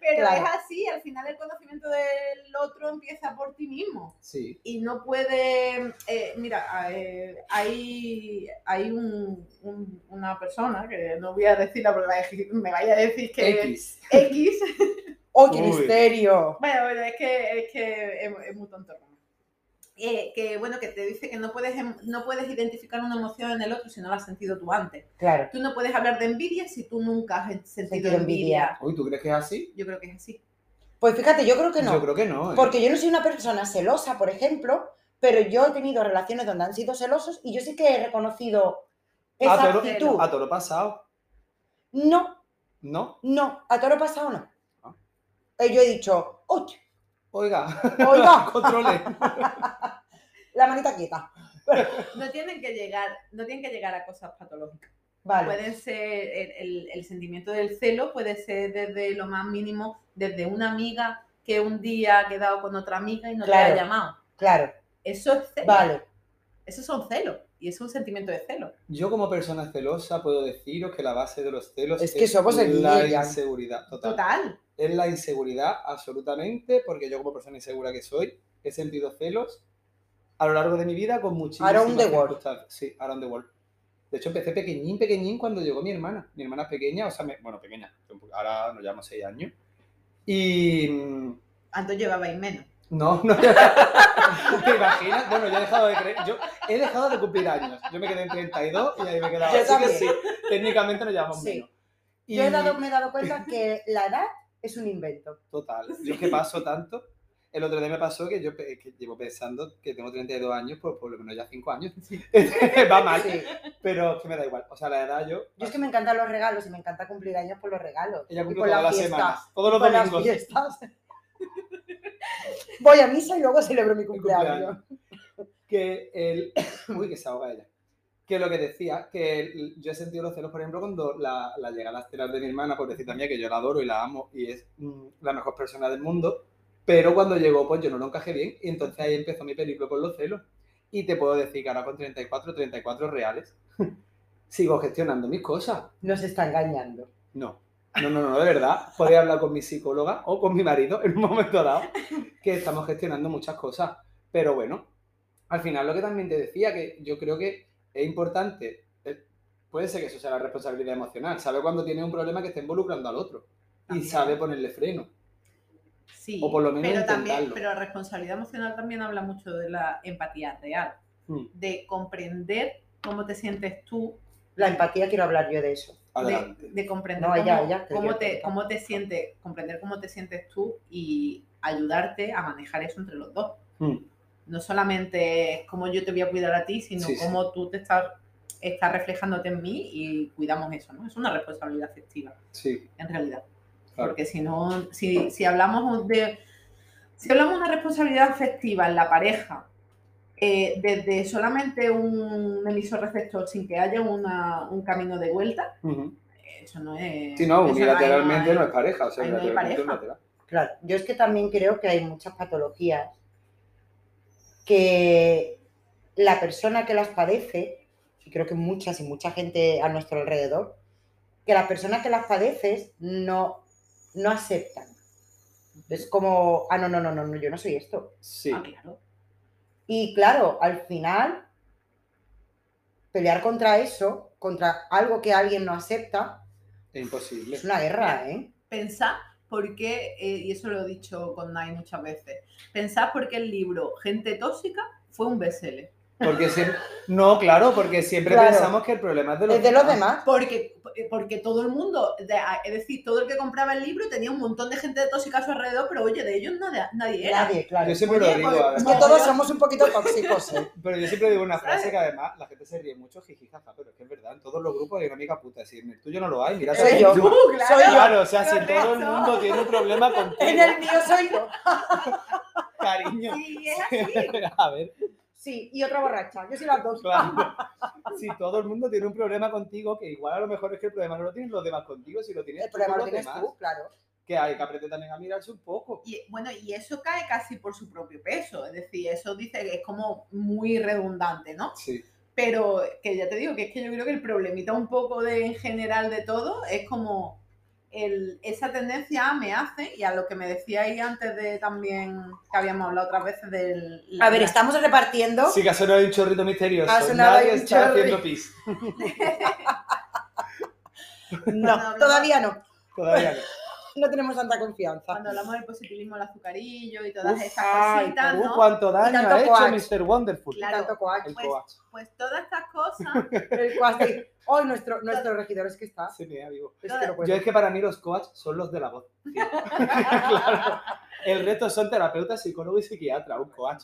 Speaker 4: pero
Speaker 3: Claro.
Speaker 4: es así, al final el conocimiento del otro empieza por ti mismo.
Speaker 2: Sí,
Speaker 4: y no puede. eh, mira, eh, hay, hay un- un- una persona que no voy a decirla porque va a decir- me vaya a decir que.
Speaker 2: X.
Speaker 4: X.
Speaker 3: ¡Oh, qué
Speaker 2: Uy.
Speaker 3: misterio!
Speaker 4: Bueno, bueno, es que es, que es, es muy tonto. ¿no? Eh, que bueno, que te dice que no puedes, em- no puedes identificar una emoción en el otro si no la has sentido tú antes.
Speaker 3: Claro.
Speaker 4: Tú no puedes hablar de envidia si tú nunca has sentido
Speaker 3: Sentido envidia.
Speaker 4: envidia.
Speaker 2: Uy, ¿tú crees que es así?
Speaker 4: Yo creo que es así.
Speaker 3: Pues fíjate, yo creo que no.
Speaker 2: Yo creo que no. ¿eh?
Speaker 3: Porque yo no soy una persona celosa, por ejemplo, pero yo he tenido relaciones donde han sido celosos y yo sí que he reconocido esa
Speaker 2: a, toro,
Speaker 3: actitud.
Speaker 2: Ah, a toro pasado,
Speaker 3: No,
Speaker 2: ¿no?
Speaker 3: no, a toro pasado no.
Speaker 2: Ah.
Speaker 3: Eh, Yo he dicho, "Uy,
Speaker 2: Oiga,
Speaker 3: oiga,
Speaker 2: controle.
Speaker 3: la manita quieta.
Speaker 4: No tienen que llegar, no tienen que llegar a cosas patológicas.
Speaker 3: Vale,
Speaker 4: Pueden ser el, el- el sentimiento del celo, puede ser desde lo más mínimo, desde una amiga que un día ha quedado con otra amiga y no
Speaker 3: Claro.
Speaker 4: te ha llamado.
Speaker 3: claro,
Speaker 4: Eso es celo.
Speaker 3: vale.
Speaker 4: Eso son celos. Y es un sentimiento de celo.
Speaker 2: Yo como persona celosa puedo deciros que la base de los celos
Speaker 3: Es que somos el yin y
Speaker 2: la
Speaker 3: el yang.
Speaker 2: inseguridad. Total.
Speaker 4: Total.
Speaker 2: Es la inseguridad, absolutamente, porque yo como persona insegura que soy, he sentido celos a lo largo de mi vida con muchísimas
Speaker 3: Around the world.
Speaker 2: circunstancias. Sí, around the world. De hecho, empecé pequeñín, pequeñín cuando llegó mi hermana. Mi hermana es pequeña, o sea, me- bueno, pequeña. Ahora nos llevamos seis años. Y... mm,
Speaker 4: Antes llevabais menos.
Speaker 2: No, no. ¿Te imaginas? Bueno, yo he dejado de creer. Yo he dejado de cumplir años. Yo me quedé en 32 y ahí me quedaba.
Speaker 3: Yo
Speaker 2: Así que
Speaker 3: también.
Speaker 2: sí, técnicamente nos llevamos
Speaker 3: Sí.
Speaker 2: menos. Y-
Speaker 3: Yo he dado, me he dado cuenta que la edad es un invento.
Speaker 2: Total. Yo es que paso tanto. El otro día me pasó que yo pe- que llevo pensando que tengo 32 años, pues, por, por lo menos ya 5 años. Va mal,
Speaker 3: Sí.
Speaker 2: pero es que me da igual. O sea, la edad yo.
Speaker 3: Yo es que me encantan los regalos y me encanta cumplir años por los regalos.
Speaker 2: Ella
Speaker 3: y
Speaker 2: cumple
Speaker 3: por
Speaker 2: todas las
Speaker 3: fiestas,
Speaker 2: semanas,
Speaker 3: y
Speaker 2: todos los
Speaker 3: por las
Speaker 2: domingos.
Speaker 3: fiestas. Voy a misa y luego celebro mi cumpleaños.
Speaker 2: cumpleaños. que el... Uy, que se ahoga ella. Que lo que decía, que el- yo he sentido los celos, por ejemplo, cuando la, la llegada a celar de mi hermana, pobrecita mía, que yo la adoro y la amo y es mm, la mejor persona del mundo, pero cuando llegó, pues yo no lo encajé bien y entonces ahí empezó mi periplo por los celos. Y te puedo decir que ahora con 34, 34 reales, sigo gestionando mis cosas.
Speaker 3: Nos está engañando.
Speaker 2: No, no, no, no, de verdad. Podría hablar con mi psicóloga o con mi marido en un momento dado, que estamos gestionando muchas cosas. Pero bueno, al final lo que también te decía, que yo creo que es importante, eh, puede ser que eso sea la responsabilidad emocional, sabe cuando tiene un problema que está involucrando al otro y
Speaker 4: También.
Speaker 2: sabe ponerle freno.
Speaker 4: Sí.
Speaker 2: O por lo menos
Speaker 4: pero también,
Speaker 2: intentarlo.
Speaker 4: pero responsabilidad emocional también habla mucho de la empatía real,
Speaker 2: Mm.
Speaker 4: de comprender cómo te sientes tú,
Speaker 3: La empatía, quiero hablar yo de eso.
Speaker 4: de,
Speaker 2: Adelante.
Speaker 4: de comprender
Speaker 3: No,
Speaker 4: cómo,
Speaker 3: ella- ella, que
Speaker 4: cómo
Speaker 3: yo
Speaker 4: te,
Speaker 3: cuento.
Speaker 4: cómo te sientes, comprender cómo te sientes tú y ayudarte a manejar eso entre los dos.
Speaker 2: Mm.
Speaker 4: No solamente es cómo yo te voy a cuidar a ti, sino
Speaker 2: Sí, sí.
Speaker 4: cómo tú te estás, estás reflejándote en mí y cuidamos eso, ¿no? Es una responsabilidad afectiva,
Speaker 2: Sí,
Speaker 4: en realidad.
Speaker 2: claro.
Speaker 4: Porque si no, si, si hablamos de. Si hablamos de una responsabilidad afectiva en la pareja, eh, desde solamente un emisor receptor sin que haya una- un camino de unilateralmente
Speaker 2: Ujú.
Speaker 4: eso no es.
Speaker 2: Sí, no,
Speaker 4: eso
Speaker 2: unilateralmente
Speaker 4: hay-
Speaker 2: no es pareja, o sea,
Speaker 4: ahí no hay
Speaker 2: unilateralmente
Speaker 4: pareja.
Speaker 2: unilateral.
Speaker 3: Claro, yo es que también creo que hay muchas patologías que la persona que las padece, y creo que muchas y mucha gente a nuestro alrededor, que las personas que las padeces no, no aceptan. Es como, ah, no, no, no, no, no, yo no soy esto.
Speaker 2: Sí,
Speaker 4: Ah, claro.
Speaker 3: Y claro, al final, pelear contra eso, contra algo que alguien no acepta,
Speaker 2: es imposible.
Speaker 3: es una guerra, ¿eh?
Speaker 4: Pensad por qué, eh, y eso lo he dicho con Nai muchas veces, pensad por qué el libro Gente Tóxica fue un bestseller.
Speaker 2: Porque siempre... No, claro, porque siempre
Speaker 3: Claro.
Speaker 2: pensamos que el problema es de los
Speaker 3: Es de los demás.
Speaker 4: Porque, porque todo el mundo, de- es decir, todo el que compraba el libro tenía un montón de gente tóxica a su alrededor, pero oye, de ellos nadie, nadie era.
Speaker 3: Nadie, claro.
Speaker 2: Yo siempre
Speaker 4: Oye,
Speaker 2: lo digo,
Speaker 4: pues,
Speaker 3: Es
Speaker 2: además.
Speaker 3: que todos somos un poquito tóxicos, ¿eh?
Speaker 2: Pero yo siempre digo una frase que además la gente se ríe mucho, jiji, jaja, pero es que es verdad, en todos los grupos hay una amiga puta, si en el tuyo no lo hay, mira,
Speaker 3: Soy
Speaker 2: si en
Speaker 3: yo.
Speaker 2: el tuyo-
Speaker 4: Tú, claro.
Speaker 3: Soy yo.
Speaker 2: Claro, o sea, si en todo el
Speaker 4: Correcto.
Speaker 2: mundo tiene un problema contigo,
Speaker 3: En el mío soy yo.
Speaker 2: cariño.
Speaker 4: Sí, es así.
Speaker 2: A ver,
Speaker 3: Sí, y otra borracha. Yo soy las dos.
Speaker 2: claro. Si todo el mundo tiene un problema contigo, que igual a lo mejor es que el problema no lo tienen los demás contigo, si lo tienes
Speaker 3: El
Speaker 2: tú con
Speaker 3: problema lo
Speaker 2: los
Speaker 3: tienes
Speaker 2: demás,
Speaker 3: tú, claro.
Speaker 2: que hay que aprender también a mirarse un poco.
Speaker 4: Y, bueno, y eso cae casi por su propio peso, es decir, eso dice que es como muy redundante, ¿no?
Speaker 2: Sí,
Speaker 4: Pero que ya te digo que es que yo creo que el problemita un poco de en general de todo es como el- esa tendencia a me hace y a lo que me decíais antes de también que habíamos hablado otras veces del...
Speaker 3: A ver,
Speaker 4: la-
Speaker 3: estamos repartiendo.
Speaker 2: sí que ha sonado un chorrito misterioso,
Speaker 3: Ha sonado
Speaker 2: nadie
Speaker 3: un
Speaker 2: está
Speaker 3: chorri-
Speaker 2: haciendo pis,
Speaker 3: No, todavía no.
Speaker 2: todavía no.
Speaker 3: no tenemos tanta confianza.
Speaker 4: Cuando hablamos del positivismo, el azucarillo y todas
Speaker 2: Uf,
Speaker 4: estas
Speaker 3: ay,
Speaker 4: cositas,
Speaker 2: Uh,
Speaker 4: ¿no?
Speaker 2: cuánto daño
Speaker 3: tanto
Speaker 2: ha hecho
Speaker 3: coax.
Speaker 2: Mr. Wonderful.
Speaker 4: Claro.
Speaker 3: Tanto coacho.
Speaker 2: El
Speaker 4: Pues-
Speaker 2: coax.
Speaker 4: Pues todas estas cosas,
Speaker 3: El cuasi. Hoy nuestro, nuestro regidor es que está.
Speaker 2: Sí, mira, digo.
Speaker 3: Es que no
Speaker 2: Yo
Speaker 3: puede.
Speaker 2: es que para mí los coaches son los de la voz. tío. Claro. El resto son terapeutas, psicólogos y psiquiatras, un coach.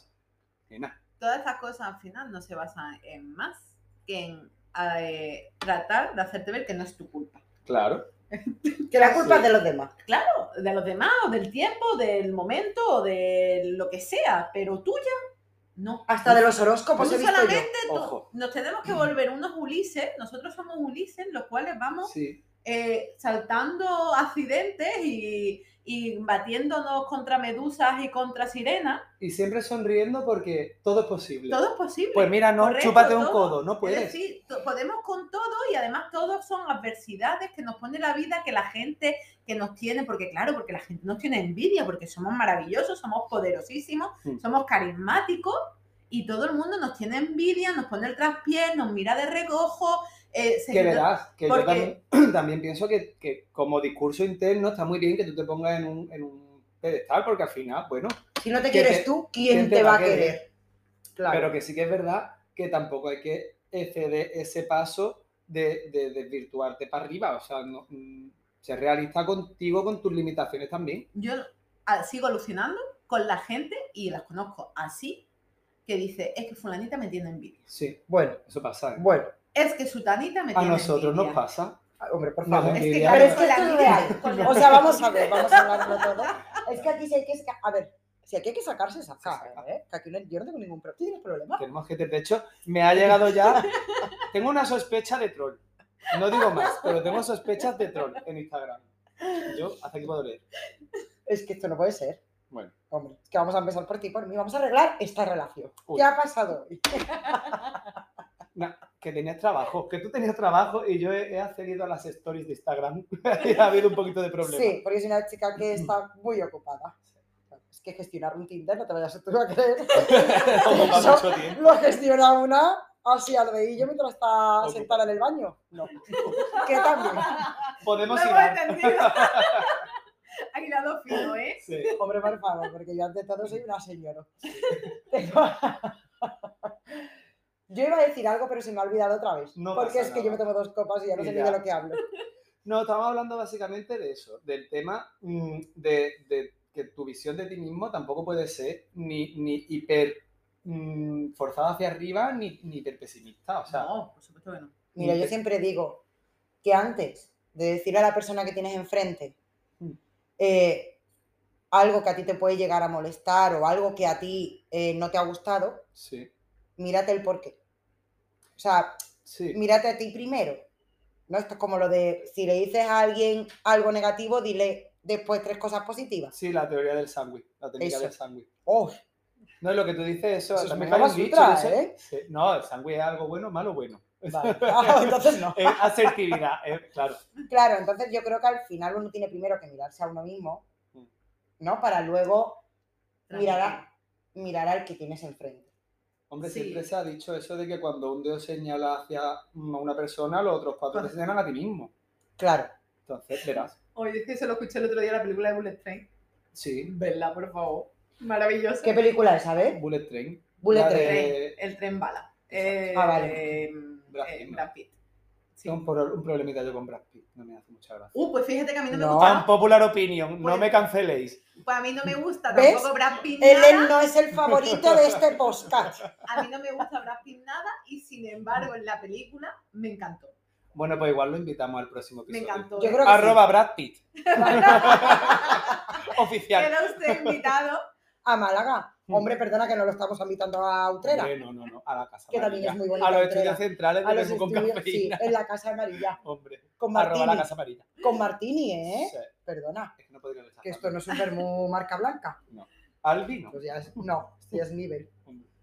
Speaker 2: Nena.
Speaker 4: todas estas cosas al final no se basan en más que en eh, tratar de hacerte ver que no es tu culpa.
Speaker 2: Claro.
Speaker 3: Que la culpa
Speaker 2: Sí.
Speaker 3: es de los demás.
Speaker 4: Claro, de los demás, o del tiempo, del momento, o de lo que sea, pero tuya, no.
Speaker 3: Hasta de los horóscopos
Speaker 4: Tú
Speaker 3: Pues he visto yo.
Speaker 4: Pues solamente tú-
Speaker 2: Ojo.
Speaker 4: nos tenemos que volver unos Ulises, nosotros somos Ulises, los cuales vamos
Speaker 2: Sí.
Speaker 4: eh, saltando accidentes y, y batiéndonos contra medusas y contra sirenas.
Speaker 2: Y siempre sonriendo porque todo es posible.
Speaker 4: Todo es posible.
Speaker 2: Pues mira, no,
Speaker 4: Correcto,
Speaker 2: chúpate un
Speaker 4: todo.
Speaker 2: codo, no
Speaker 4: Es
Speaker 2: puedes.
Speaker 4: decir, to- podemos con todo y además todos son adversidades que nos pone la vida, que la gente que nos tiene, porque claro, porque la gente nos tiene envidia, porque somos maravillosos, somos poderosísimos,
Speaker 2: Mm.
Speaker 4: somos carismáticos y todo el mundo nos tiene envidia, nos pone el traspié, nos mira de recojo. eh, se-
Speaker 2: Que verás, que yo
Speaker 4: Porque-
Speaker 2: también, también pienso que, que como discurso interno está muy bien que tú te pongas en un, en un pedestal porque al final, bueno,
Speaker 3: Si no te
Speaker 2: ¿Quién
Speaker 3: quieres
Speaker 2: te-
Speaker 3: tú, ¿quién, te, va a querer? Claro.
Speaker 2: Pero que sí que es verdad que tampoco hay que exceder ese paso de, de desvirtuarte para arriba. O sea, no, mm, ser realista contigo, con tus limitaciones también.
Speaker 4: Yo ah, sigo alucinando con la gente y las conozco así, que dice, es que fulanita me tiene envidia.
Speaker 2: Sí,
Speaker 3: Bueno,
Speaker 2: eso pasa. ¿eh?
Speaker 3: bueno.
Speaker 4: Es que sutanita me
Speaker 2: A
Speaker 4: tiene
Speaker 2: nosotros
Speaker 4: envidia.
Speaker 2: nos pasa.
Speaker 3: Ay, Hombre, por
Speaker 2: Nos
Speaker 3: favor.
Speaker 4: Es que
Speaker 2: envidia.
Speaker 4: claro,
Speaker 3: Pero es que
Speaker 4: con la
Speaker 3: esto es
Speaker 4: vida,
Speaker 3: real.
Speaker 4: con la-
Speaker 3: O sea, vamos a ver, vamos a hablarlo todo. Es que aquí sí hay que sacar. A ver, si aquí hay que sacarse, sacar.
Speaker 2: saca.
Speaker 3: ¿eh? Que aquí no, yo no tengo ningún problema. ¿Tú tienes problema?
Speaker 2: Tenemos que, de hecho, me ha llegado ya. Tengo una sospecha de troll. No digo más, pero tengo sospechas de troll en Instagram. Yo hasta aquí puedo leer.
Speaker 3: Es que esto no puede ser.
Speaker 2: Bueno.
Speaker 3: Hombre, es que vamos a empezar por ti, y por mí. Vamos a arreglar esta relación.
Speaker 2: Uy.
Speaker 3: ¿Qué ha pasado hoy?
Speaker 2: Que tenías trabajo, que tú tenías trabajo y yo he, he accedido a las stories de Instagram. y ha habido un poquito de problema.
Speaker 3: Sí, porque es una chica que está muy ocupada. Es que gestionar un Tinder, no te vayas tú a creer.
Speaker 2: Ocupa
Speaker 3: Eso-
Speaker 2: mucho tiempo.
Speaker 3: Lo gestiona una así al dedillo mientras está
Speaker 2: Ocupa.
Speaker 3: sentada en el baño. No. que también.
Speaker 4: No
Speaker 2: Podemos ir.
Speaker 4: hemos entendido. Aislado fino, ¿eh?
Speaker 2: Sí.
Speaker 3: Hombre, por favor, porque yo ante todo soy una señora. Tengo- yo iba a decir algo, pero se me ha olvidado otra vez.
Speaker 2: No
Speaker 3: porque es
Speaker 2: pasa
Speaker 3: que yo me
Speaker 2: nada.
Speaker 3: tomo dos copas y ya no
Speaker 2: Y
Speaker 3: sé ni
Speaker 2: ya.
Speaker 3: de lo que hablo.
Speaker 2: No, estamos hablando básicamente de eso, del tema mm, de, de que tu visión de ti mismo tampoco puede ser ni, ni hiper mm, forzada hacia arriba ni, ni hiper pesimista. O sea,
Speaker 4: No, por supuesto que no.
Speaker 3: Mira, yo
Speaker 2: Inte-
Speaker 3: siempre digo que antes de decir a la persona que tienes enfrente
Speaker 2: Mm.
Speaker 3: eh, algo que a ti te puede llegar a molestar o algo que a ti eh, no te ha gustado,
Speaker 2: sí,
Speaker 3: mírate el porqué. O sea,
Speaker 2: sí,
Speaker 3: mírate a ti primero. ¿no? Esto es como lo de si le dices a alguien algo negativo, dile después tres cosas positivas.
Speaker 2: sí, la teoría del sándwich, la técnica
Speaker 3: Eso.
Speaker 2: del sándwich.
Speaker 3: ¡Oh!
Speaker 2: No, es lo que tú dices, eso,
Speaker 3: Eso es
Speaker 2: también
Speaker 3: muy
Speaker 2: hay un
Speaker 3: Kama
Speaker 2: dicho
Speaker 3: Sutra,
Speaker 2: de eso.
Speaker 3: ¿eh?
Speaker 2: Sí, No, el sándwich es algo bueno, malo, bueno.
Speaker 3: Vale. Ah, entonces no.
Speaker 2: Es asertividad, es- claro.
Speaker 3: Claro, entonces yo creo que al final uno tiene primero que mirarse a uno mismo,
Speaker 2: Mm.
Speaker 3: ¿no? Para luego mirar,
Speaker 4: Tranquilo.
Speaker 3: a- mirar al que tienes enfrente.
Speaker 2: Hombre,
Speaker 4: Sí.
Speaker 2: siempre se ha dicho eso de que cuando un dedo señala hacia mm, a una persona, los otros
Speaker 3: Ah.
Speaker 2: cuatro te señalan a ti mismo.
Speaker 3: Claro.
Speaker 2: Entonces, verás.
Speaker 4: Oye, es que se lo escuché el otro día en la película de Bullet Train.
Speaker 2: Sí,
Speaker 4: Verla, por favor. Maravillosa.
Speaker 3: ¿Qué película es, a ver?
Speaker 2: Bullet Train.
Speaker 3: Bullet
Speaker 2: La
Speaker 4: El
Speaker 3: Train.
Speaker 2: de-
Speaker 4: tren, el tren bala. Eh,
Speaker 3: Ah, vale.
Speaker 4: eh,
Speaker 2: Brad
Speaker 4: eh,
Speaker 2: Pitt,
Speaker 4: Brad Pitt. Sí.
Speaker 2: Tengo un, pro- un problemita yo con Brad Pitt, no me hace mucha gracia.
Speaker 4: Uh, pues fíjate que a mí no, me
Speaker 3: No.
Speaker 4: gusta.
Speaker 2: popular opinion,
Speaker 4: Pues-
Speaker 2: canceléis.
Speaker 4: Pues a mí no me gusta
Speaker 3: ¿Ves?
Speaker 4: tampoco Brad Pitt nada.
Speaker 3: Ellen no es el favorito de este podcast.
Speaker 4: A mí no me gusta Brad Pitt nada y sin embargo en la película me encantó.
Speaker 2: Bueno, pues igual lo invitamos al próximo
Speaker 4: Me
Speaker 2: episodio.
Speaker 4: encantó.
Speaker 3: Yo
Speaker 4: ¿eh?
Speaker 3: creo que sí.
Speaker 2: Brad Pitt. Oficial.
Speaker 4: Queda usted invitado.
Speaker 3: A Málaga. Hombre, perdona que no lo estamos invitando a Utrera.
Speaker 2: Mm. Hombre, no, no, no, a la casa.
Speaker 3: Que también
Speaker 2: amarilla.
Speaker 3: es muy bonita
Speaker 2: A los
Speaker 3: Utrera.
Speaker 2: estudios centrales
Speaker 3: A
Speaker 2: de
Speaker 3: los
Speaker 2: Menú con
Speaker 3: estudios, sí,
Speaker 2: cafeína.
Speaker 3: en la Casa amarilla.
Speaker 2: Hombre,
Speaker 3: Con
Speaker 2: arroba la
Speaker 3: Martini.
Speaker 2: casa amarilla.
Speaker 3: Con Martini, ¿eh?
Speaker 2: Sí,
Speaker 3: Perdona,
Speaker 2: es que no podría
Speaker 3: que
Speaker 2: rechazarlo.
Speaker 3: esto no es un vermú marca blanca.
Speaker 2: Al vino.
Speaker 3: Pues ya es, no, esto ya es nivel.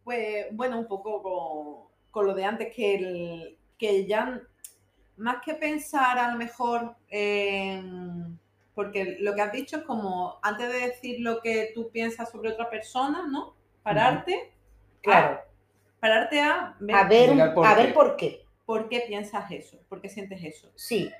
Speaker 4: Pues bueno, un poco con, con lo de antes que, el, que ya, más que pensar a lo mejor, en- porque lo que has dicho es como, antes de decir lo que tú piensas sobre otra persona, ¿no? Pararte,
Speaker 3: Claro.
Speaker 4: pararte a ver
Speaker 3: A ver,
Speaker 2: Mirar por
Speaker 3: a
Speaker 2: qué.
Speaker 3: ver por qué.
Speaker 4: por qué piensas eso, por qué sientes eso.
Speaker 3: Sí.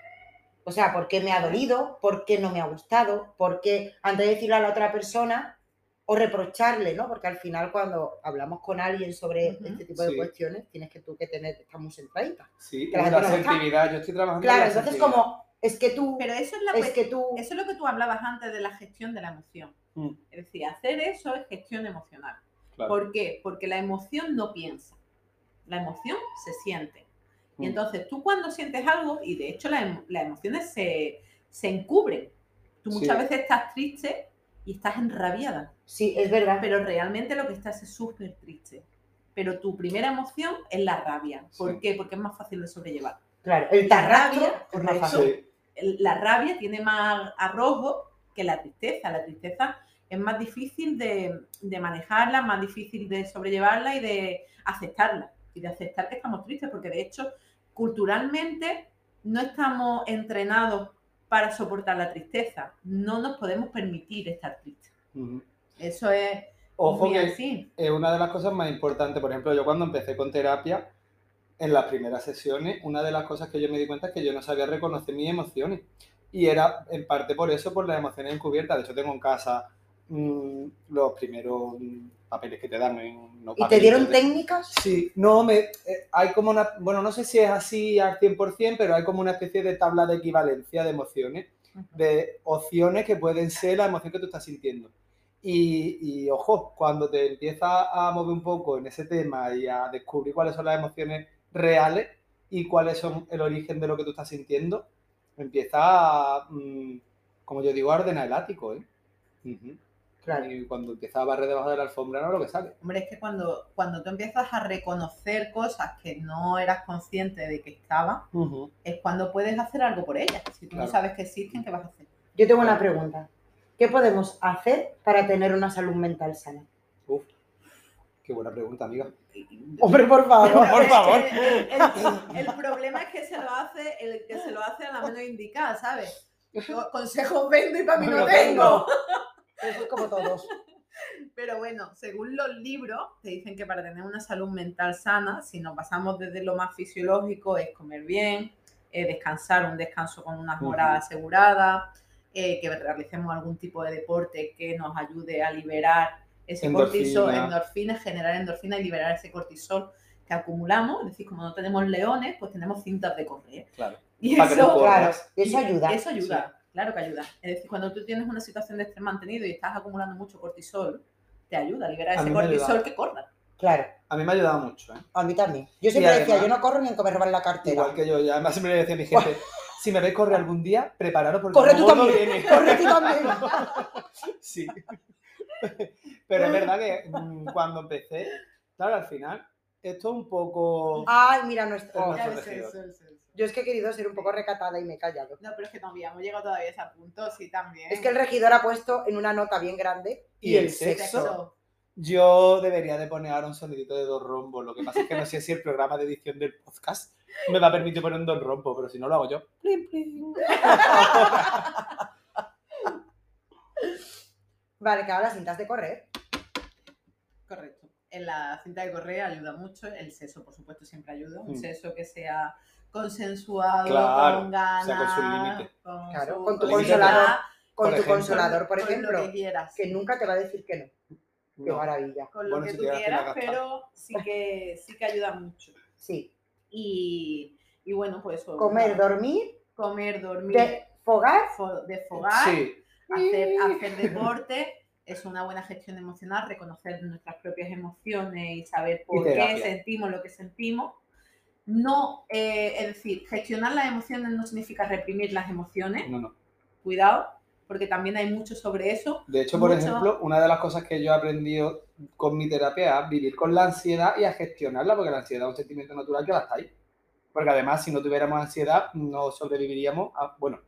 Speaker 3: O sea, por qué me ha dolido, por qué no me ha gustado, por qué antes de decirle a la otra persona o reprocharle, ¿no? Porque al final cuando hablamos con alguien sobre
Speaker 5: Ujú,
Speaker 3: este tipo de
Speaker 2: sí.
Speaker 3: cuestiones, tienes que tú que tener, estás muy centradita.
Speaker 2: Sí,
Speaker 3: Que la
Speaker 2: la
Speaker 3: gente no está.
Speaker 2: asertividad. Yo estoy trabajando.
Speaker 3: Claro,
Speaker 2: la
Speaker 3: entonces
Speaker 2: asertividad.
Speaker 3: como, es que tú,
Speaker 4: Pero eso es, la
Speaker 3: es
Speaker 4: cuestión.
Speaker 3: que tú,
Speaker 4: Eso es lo que tú hablabas antes de la gestión de la emoción.
Speaker 2: Mm.
Speaker 4: Es decir, hacer eso es gestión emocional.
Speaker 2: Claro.
Speaker 4: ¿Por qué? Porque la emoción no piensa. La emoción se siente.
Speaker 2: Mm.
Speaker 4: Y entonces tú cuando sientes algo, y de hecho las, em- las emociones se, se encubren. Tú muchas
Speaker 2: Sí.
Speaker 4: veces estás triste y estás enrabiada,
Speaker 3: sí, es verdad,
Speaker 4: pero realmente lo que estás es súper triste. Pero tu primera emoción es la rabia. ¿Por
Speaker 2: Sí.
Speaker 4: qué? Porque es más fácil de sobrellevar.
Speaker 3: claro, el
Speaker 4: la
Speaker 3: tarrabio
Speaker 4: rabia,
Speaker 3: es más
Speaker 4: de
Speaker 3: fácil.
Speaker 2: Ah, Sí,
Speaker 4: el- la rabia tiene más arrojo que la tristeza. La tristeza es más difícil de, de manejarla, más difícil de sobrellevarla y de aceptarla. Y de aceptar que estamos tristes, porque de hecho, culturalmente no estamos entrenados para soportar la tristeza. No nos podemos permitir estar tristes.
Speaker 2: ujú.
Speaker 4: Eso es
Speaker 2: Ojo
Speaker 4: muy
Speaker 2: que
Speaker 4: así.
Speaker 2: es una de las cosas más importantes. Por ejemplo, yo cuando empecé con terapia, en las primeras sesiones, una de las cosas que yo me di cuenta es que yo no sabía reconocer mis emociones. Y era en parte por eso, por las emociones encubiertas. De hecho, tengo en casa mm, los primeros mm, papeles que te dan. eh, unos
Speaker 3: ¿Y te
Speaker 2: papelitos
Speaker 3: dieron
Speaker 2: de-
Speaker 3: técnicas?
Speaker 2: Sí, no, me, eh, hay como una, bueno, no sé si es así al 100%, pero hay como una especie de tabla de equivalencia de emociones, de opciones que pueden ser la emoción que tú estás sintiendo. Y, y, ojo, cuando te empiezas a mover un poco en ese tema y a descubrir cuáles son las emociones reales y cuáles son el origen de lo que tú estás sintiendo, empieza a, mm, como yo digo, a ordenar el ático, ¿eh? Ujú.
Speaker 3: Claro.
Speaker 2: Y cuando empiezas a barrer debajo de la alfombra, no lo que sale.
Speaker 4: Hombre, es que cuando, cuando tú empiezas a reconocer cosas que no eras consciente de que estaban,
Speaker 2: Ujú.
Speaker 4: es cuando puedes hacer algo por ellas. Si tú
Speaker 2: Claro.
Speaker 4: no sabes que existen, ¿qué vas a hacer?
Speaker 3: Yo tengo una pregunta. ¿Qué podemos hacer para tener una salud mental sana?
Speaker 2: Uf, qué buena pregunta, amiga.
Speaker 3: Hombre, por favor.
Speaker 2: Por favor.
Speaker 4: El, el- el problema es que se lo hace el que se lo hace a la mano indicada, ¿sabes? Yo consejos vendo y para mí no,
Speaker 2: No
Speaker 4: tengo.
Speaker 3: Eso es como todos.
Speaker 4: Pero bueno, según los libros, te dicen que para tener una salud mental sana, si nos pasamos desde lo más fisiológico, es comer bien, eh, descansar, un descanso con unas
Speaker 2: Ujú.
Speaker 4: horas aseguradas, eh, que realicemos algún tipo de deporte que nos ayude a liberar ese cortisol,
Speaker 2: Endorfina.
Speaker 4: endorfinas, generar endorfina y liberar ese cortisol que acumulamos. Es decir, como no tenemos leones, pues tenemos cintas de correr.
Speaker 2: Claro.
Speaker 4: Y
Speaker 2: Para que no
Speaker 4: eso,
Speaker 2: corra.
Speaker 3: Claro, y eso ayuda.
Speaker 4: eso ayuda, claro que ayuda. Es decir, cuando tú tienes una situación de estrés mantenido y estás acumulando mucho cortisol, te ayuda a liberar
Speaker 2: A
Speaker 4: ese
Speaker 2: mí me ayuda.
Speaker 4: cortisol que corra.
Speaker 3: Claro,
Speaker 2: A mí me ha ayudado mucho, ¿eh?
Speaker 3: a mí también. Yo siempre decía,
Speaker 2: además-
Speaker 3: yo no corro ni en que me roban la cartera.
Speaker 2: Igual que yo, ya además siempre le decía a mi gente, si me veis correr algún día, prepararos porque
Speaker 3: Corre
Speaker 2: el
Speaker 3: tú
Speaker 2: gordo
Speaker 3: también.
Speaker 2: viene".
Speaker 3: Corre tú también.
Speaker 2: Sí. Pero es verdad que mm, cuando empecé, claro, al final, esto es un poco...
Speaker 3: Ay, mira, no es- oh.
Speaker 2: Ya ves,
Speaker 3: Yo es que he querido ser un poco recatada y me he callado.
Speaker 4: No, pero es que no habíamos llegado todavía a ese punto, sí, también.
Speaker 3: Es que el regidor ha puesto en una nota bien grande
Speaker 2: Y el sexo. Yo debería de poner ahora un sonidito de dos rombos. Lo que pasa es que no sé si el programa de edición del podcast me va a permitir poner un dos rombos, pero si no lo hago yo. Plin, plin.
Speaker 3: Vale, que ahora las cintas de correr.
Speaker 4: Correcto. En la cinta de correa ayuda mucho, el sexo, por supuesto, siempre ayuda. Un
Speaker 2: Mm.
Speaker 4: sexo que sea consensuado,
Speaker 2: Claro,
Speaker 4: con ganas,
Speaker 2: o sea, con sus límites.
Speaker 4: con
Speaker 3: Claro,
Speaker 4: su
Speaker 3: con tu
Speaker 4: curiosidad,
Speaker 3: consolador, Con
Speaker 2: Por
Speaker 3: tu
Speaker 2: ejemplo.
Speaker 3: consolador, por
Speaker 4: con lo que
Speaker 3: ejemplo,
Speaker 4: quieras.
Speaker 3: que nunca te va a decir que no. Qué
Speaker 2: No.
Speaker 3: maravilla.
Speaker 4: con lo
Speaker 2: Bueno,
Speaker 4: que
Speaker 2: si
Speaker 4: tú
Speaker 2: te das pena
Speaker 4: quieras,
Speaker 2: gastar.
Speaker 4: pero sí que, sí que ayuda mucho.
Speaker 3: Sí.
Speaker 4: Y, y bueno, pues eso.
Speaker 3: Comer,
Speaker 4: ¿no?
Speaker 3: dormir,
Speaker 4: comer, dormir,
Speaker 3: de fogar.
Speaker 4: fo- desfogar,
Speaker 2: Sí,
Speaker 4: hacer, hacer deporte. Es una buena gestión emocional, reconocer nuestras propias emociones y saber por qué
Speaker 2: terapia.
Speaker 4: sentimos lo que sentimos. No, eh, es decir, gestionar las emociones no significa reprimir las emociones,
Speaker 2: no, no.
Speaker 4: cuidado, porque también hay mucho sobre eso.
Speaker 2: De hecho, por
Speaker 4: Mucho.
Speaker 2: ejemplo, una de las cosas que yo he aprendido con mi terapia es a vivir con la ansiedad y a gestionarla, porque la ansiedad es un sentimiento natural que la está ahí. Porque además, si no tuviéramos ansiedad, no sobreviviríamos a, bueno,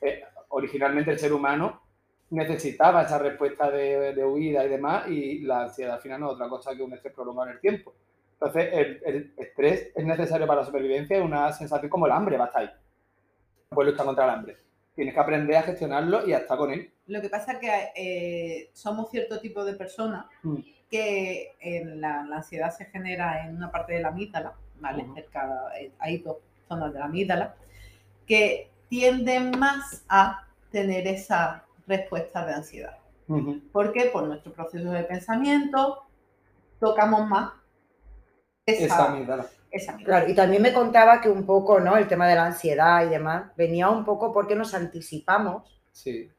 Speaker 2: eh, originalmente el ser humano necesitaba esa respuesta de, de huida y demás, y la ansiedad al final no es otra cosa que un estrés prolongado en el tiempo. Entonces, el, el estrés es necesario para la supervivencia, es una sensación como el hambre, va a estar ahí. No puedes luchar contra el hambre. Tienes que aprender a gestionarlo y a estar con él.
Speaker 4: Lo que pasa es que eh, somos cierto tipo de personas
Speaker 2: Mm.
Speaker 4: que eh, la, la ansiedad se genera en una parte de la amígdala, ¿vale?
Speaker 2: Ujú.
Speaker 4: Cerca, eh, hay dos zonas de la amígdala, que tienden más a tener esa respuesta de ansiedad.
Speaker 2: Ujú.
Speaker 4: Porque por nuestro proceso de pensamiento tocamos más esa,
Speaker 2: Esa amígdala.
Speaker 4: esa mierda.
Speaker 3: Claro, y también me contaba que un poco, ¿no? El tema de la ansiedad y demás, venía un poco porque nos anticipamos
Speaker 2: Sí.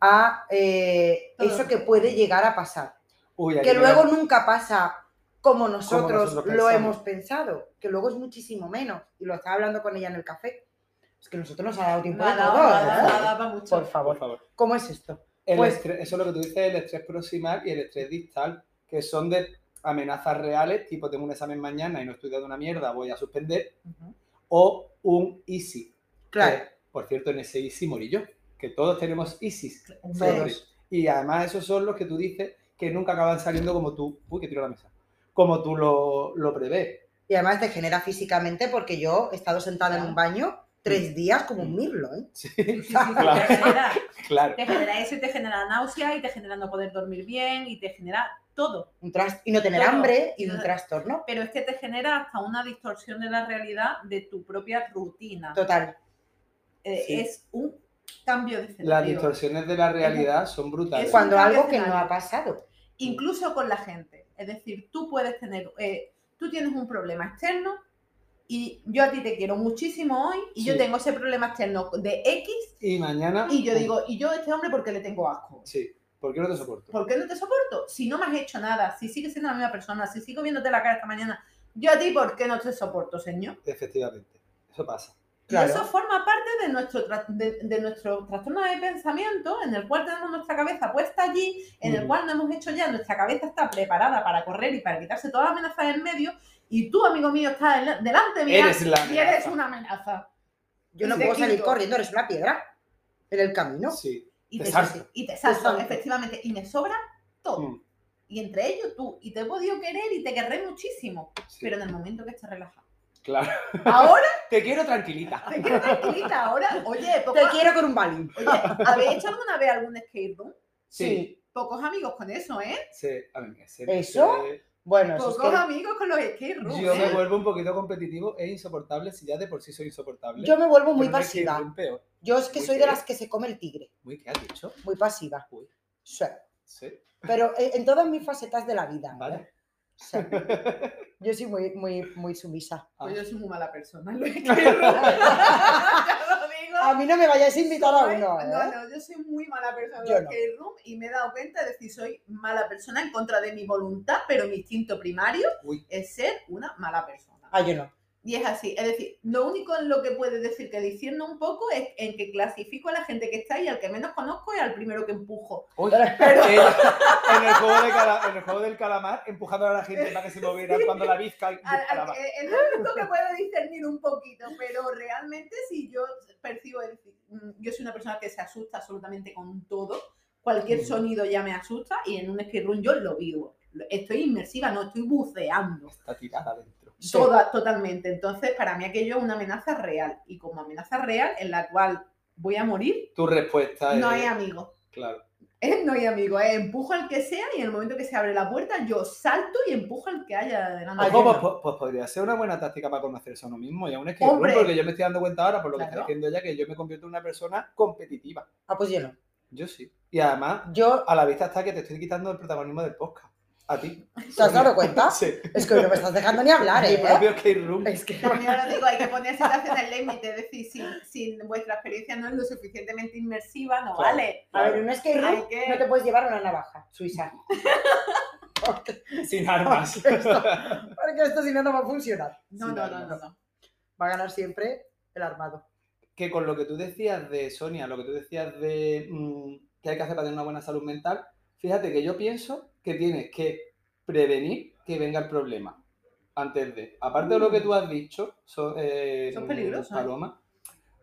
Speaker 3: a eh,
Speaker 4: Todo.
Speaker 3: eso que puede llegar a pasar.
Speaker 2: Uy, hay
Speaker 3: que
Speaker 2: mirar-
Speaker 3: luego nunca pasa como nosotros,
Speaker 2: nosotros
Speaker 3: lo
Speaker 2: pensamos.
Speaker 3: hemos pensado, que luego es muchísimo menos. Y lo estaba hablando con ella en el café. Es que nosotros nos ha dado tiempo de
Speaker 4: Nada,
Speaker 3: todo,
Speaker 4: nada,
Speaker 3: ¿verdad?
Speaker 4: nada, va mucho.
Speaker 3: Por favor,
Speaker 2: Por favor.
Speaker 3: ¿cómo es esto?
Speaker 2: El
Speaker 3: Pues-
Speaker 2: estrés- eso es lo que tú dices, el estrés proximal y el estrés distal, que son de amenazas reales, tipo tengo un examen mañana y no he estudiado una mierda, voy a suspender,
Speaker 4: Ujú.
Speaker 2: o un easy.
Speaker 3: Claro,
Speaker 2: que, por cierto, en ese easy morí yo, que todos tenemos easy.
Speaker 3: Todos.
Speaker 2: Y además esos son los que tú dices que nunca acaban saliendo como tú, uy, que tiro la mesa, como tú lo, lo prevés.
Speaker 3: Y además te genera físicamente porque yo he estado sentada en un baño tres días como un mirlo, ¿eh?
Speaker 2: Sí,
Speaker 4: Sí, sí, sí,
Speaker 2: Claro.
Speaker 4: te, genera,
Speaker 2: claro.
Speaker 4: te genera eso y te genera náusea y te genera no poder dormir bien y te genera todo.
Speaker 3: Un tras- Y no tener
Speaker 4: Claro.
Speaker 3: hambre y un
Speaker 4: Claro.
Speaker 3: trastorno
Speaker 4: Pero es que te genera hasta una distorsión de la realidad de tu propia rutina.
Speaker 3: total.
Speaker 4: Eh,
Speaker 2: Sí.
Speaker 4: Es un cambio de
Speaker 2: Las
Speaker 4: escenario.
Speaker 2: distorsiones de la realidad son brutales.
Speaker 4: Es un
Speaker 3: Cuando
Speaker 4: cambio
Speaker 3: algo que no
Speaker 4: escenario.
Speaker 3: ha pasado.
Speaker 4: Incluso con la gente. Es decir, tú puedes tener, eh, tú tienes un problema externo y yo a ti te quiero muchísimo hoy y yo
Speaker 2: Sí.
Speaker 4: tengo ese problema externo de X
Speaker 2: Y mañana...
Speaker 4: y yo digo, y yo a este hombre porque le tengo asco.
Speaker 2: Sí, ¿por qué no te soporto?
Speaker 4: ¿Por qué no te soporto? Si no me has hecho nada, si sigues siendo la misma persona, si sigo viéndote la cara esta mañana, yo a ti, ¿por qué no te soporto, señor?
Speaker 2: Efectivamente, eso pasa.
Speaker 3: Claro.
Speaker 4: Y eso forma parte de nuestro, tra- de, de nuestro trastorno de pensamiento, en el cual tenemos nuestra cabeza puesta allí, en el
Speaker 2: Ujú.
Speaker 4: cual no hemos hecho ya, nuestra cabeza está preparada para correr y para quitarse todas las amenazas del medio, y tú, amigo mío, estás del- delante mía
Speaker 2: Eres la
Speaker 4: y eres
Speaker 2: amenaza.
Speaker 4: una amenaza.
Speaker 3: Yo no
Speaker 4: Sí,
Speaker 3: puedo salir
Speaker 4: quito.
Speaker 3: corriendo, eres una piedra en el camino.
Speaker 2: Sí,
Speaker 4: Y
Speaker 2: Te
Speaker 4: te,
Speaker 2: salto.
Speaker 4: salto, y te salto,
Speaker 3: salto.
Speaker 4: efectivamente, y me sobra todo.
Speaker 2: Mm,
Speaker 4: Y entre ellos tú, y te he podido querer y te querré muchísimo,
Speaker 2: sí,
Speaker 4: pero en el momento que estés relajado.
Speaker 2: claro.
Speaker 4: Ahora,
Speaker 2: Te quiero tranquilita.
Speaker 4: te quedo tranquilita, ahora, oye, poco,
Speaker 3: Te quiero con un balín.
Speaker 4: oye, ¿habéis hecho alguna vez algún skate room?
Speaker 2: Sí,
Speaker 4: Pocos amigos con eso, ¿eh?
Speaker 2: sí, a ver, que se-
Speaker 3: ¿Eso?
Speaker 2: se-
Speaker 3: Bueno, eso es
Speaker 4: Pocos
Speaker 3: que-
Speaker 4: amigos con los skate rooms.
Speaker 2: Yo me
Speaker 4: ¿eh?
Speaker 2: vuelvo un poquito competitivo e insoportable si ya de por sí soy insoportable.
Speaker 3: yo me vuelvo muy
Speaker 2: Pero no es que
Speaker 3: pasiva.
Speaker 2: un peor.
Speaker 3: Yo es que
Speaker 2: Muy
Speaker 3: soy de
Speaker 2: bien.
Speaker 3: las que se come el tigre,
Speaker 2: Uy, ¿qué has dicho?
Speaker 3: muy pasiva.
Speaker 2: Uy.
Speaker 3: Sí.
Speaker 2: Sí,
Speaker 3: Pero eh, en todas mis facetas de la vida. ¿eh?
Speaker 2: vale.
Speaker 3: Sí. Yo soy muy, muy, muy sumisa.
Speaker 2: Ah,
Speaker 4: Pues yo soy muy mala persona. en los skate rooms. Ya lo digo.
Speaker 3: A mí no me vayáis a invitar a
Speaker 4: Soy-
Speaker 3: uno. ¿eh?
Speaker 4: No, no, yo soy muy mala persona en
Speaker 3: Yo
Speaker 4: los
Speaker 3: no.
Speaker 4: skate rooms y me he dado cuenta de que soy mala persona en contra de mi voluntad, pero mi instinto primario
Speaker 2: Uy.
Speaker 4: es ser una mala persona.
Speaker 3: Ah, yo no.
Speaker 4: Y es así, es decir, lo único en lo que puedes decir que diciendo un poco es en que clasifico a la gente que está ahí, al que menos conozco y al primero que empujo.
Speaker 2: Uy,
Speaker 3: Pero-
Speaker 2: ella, en, el juego de cala- en el juego del calamar, empujando a la gente para que se moviera cuando la bizca. y-
Speaker 4: Al- al-
Speaker 2: calamar.
Speaker 4: es lo único que puedo discernir un poquito, pero realmente si yo percibo, es decir, mm, yo soy una persona que se asusta absolutamente con todo, cualquier
Speaker 2: Mm.
Speaker 4: sonido ya me asusta y en un skate room yo lo vivo. Estoy inmersiva, no estoy buceando.
Speaker 2: Está tirada adentro.
Speaker 3: Sí.
Speaker 4: Toda, totalmente. Entonces, para mí aquello es una amenaza real. Y como amenaza real, en la cual voy a morir,
Speaker 2: Tu respuesta es.
Speaker 4: no hay amigos.
Speaker 2: Claro.
Speaker 4: Eh, no hay amigo, eh, empujo al que sea y en el momento que se abre la puerta yo salto y empujo al que haya delante.
Speaker 2: Ojo, pues,
Speaker 4: mío.
Speaker 2: pues- pues podría ser una buena táctica para conocerse a uno mismo y aún es que
Speaker 4: Hombre.
Speaker 2: porque yo me estoy dando cuenta ahora por lo que está
Speaker 4: Claro.
Speaker 2: diciendo ella que yo me convierto en una persona competitiva.
Speaker 3: Ah, pues yo no.
Speaker 2: Yo sí. Y además,
Speaker 3: Yo,
Speaker 2: a la vista está que te estoy quitando el protagonismo del podcast. A ti.
Speaker 3: ¿te has dado cuenta?
Speaker 2: Sí.
Speaker 3: Es que hoy no me estás dejando ni hablar,
Speaker 2: Mi
Speaker 3: ¿eh?
Speaker 2: propio skate room.
Speaker 3: Es que
Speaker 4: También os digo, hay que poner situación al límite, es decir, si, si vuestra experiencia no es lo suficientemente inmersiva, no
Speaker 2: Claro.
Speaker 4: vale.
Speaker 3: A ver, no es que
Speaker 4: Hay que-
Speaker 3: no te puedes llevar una navaja suiza. Porque,
Speaker 2: Sin armas.
Speaker 3: porque esto, porque esto si no, no va a funcionar.
Speaker 4: No,
Speaker 2: Sí,
Speaker 4: no,
Speaker 2: no,
Speaker 4: no, no,
Speaker 2: no.
Speaker 4: no.
Speaker 3: Va a ganar siempre el armado.
Speaker 2: que con lo que tú decías de Sonia, lo que tú decías de mm, que hay que hacer para tener una buena salud mental, fíjate que yo pienso que tienes que prevenir que venga el problema antes de. Aparte de lo
Speaker 3: Mm.
Speaker 2: que tú has dicho, so- eh,
Speaker 4: Son peligrosos, ¿eh?
Speaker 2: Paloma.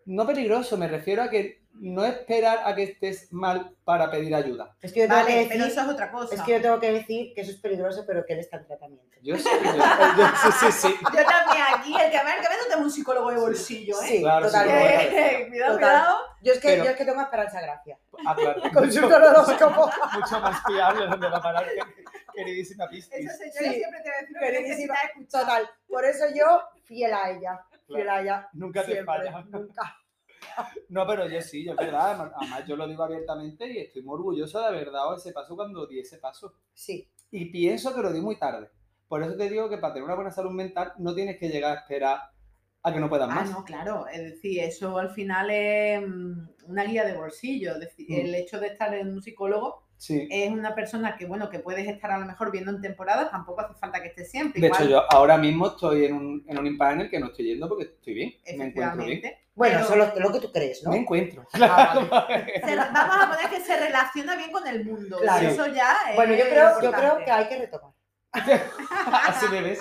Speaker 2: No peligroso, me refiero a que no esperar a que estés mal para pedir ayuda.
Speaker 3: Es que yo tengo que
Speaker 4: Vale,
Speaker 3: decir,
Speaker 4: pero eso es otra cosa.
Speaker 3: es que yo tengo que decir que eso es peligroso, pero que él está en tratamiento.
Speaker 2: Yo sí, yo- yo sí, sí, sí.
Speaker 4: Yo también aquí, el que me el que me tengo un psicólogo de bolsillo, ¿eh?
Speaker 3: Sí,
Speaker 2: Claro, sí,
Speaker 3: totalmente.
Speaker 2: claro.
Speaker 4: Eh, cuidado,
Speaker 3: Total.
Speaker 4: cuidado.
Speaker 3: Yo es que
Speaker 2: Pero-
Speaker 3: yo es que tengo a esperanza gracia.
Speaker 2: Ah, claro.
Speaker 3: Consulta el horóscopo.
Speaker 2: Mucho más fiable donde va a parar que queridísima Piscis.
Speaker 4: Esa señora
Speaker 3: Sí.
Speaker 4: siempre te va a decir lo que
Speaker 3: Queridísima.
Speaker 4: necesitas escuchar.
Speaker 3: Total. Por eso yo fiel a ella,
Speaker 2: Claro.
Speaker 3: fiel a ella.
Speaker 2: Nunca te
Speaker 3: siempre,
Speaker 2: falla.
Speaker 3: Nunca.
Speaker 2: No, pero yo sí, yo es verdad. Además, yo lo digo abiertamente y estoy muy orgulloso de haber dado ese paso cuando di ese paso.
Speaker 3: Sí,
Speaker 2: Y pienso que lo di muy tarde. Por eso te digo que para tener una buena salud mental no tienes que llegar a esperar a que no puedas
Speaker 4: Ah,
Speaker 2: más.
Speaker 4: no, claro. Es decir, eso al final es mm, una guía de bolsillo. Es decir,
Speaker 2: Mm.
Speaker 4: el hecho de estar en un psicólogo
Speaker 2: Sí.
Speaker 4: es una persona que, bueno, que puedes estar a lo mejor viendo en temporada, tampoco hace falta que esté siempre.
Speaker 2: De
Speaker 4: Igual,
Speaker 2: hecho, yo ahora mismo estoy en un, en un impasse en el que no estoy yendo porque estoy bien. Me encuentro bien.
Speaker 4: efectivamente.
Speaker 3: bueno,
Speaker 4: Pero-
Speaker 3: eso es lo, lo que tú crees, ¿no?
Speaker 2: Me encuentro.
Speaker 3: Ah, vale.
Speaker 4: Se- vamos a poner que se relaciona bien con el mundo.
Speaker 3: Claro.
Speaker 4: y Eso ya es
Speaker 3: Bueno, yo creo, yo
Speaker 4: importante.
Speaker 3: creo que hay que retomar.
Speaker 2: Así me ves.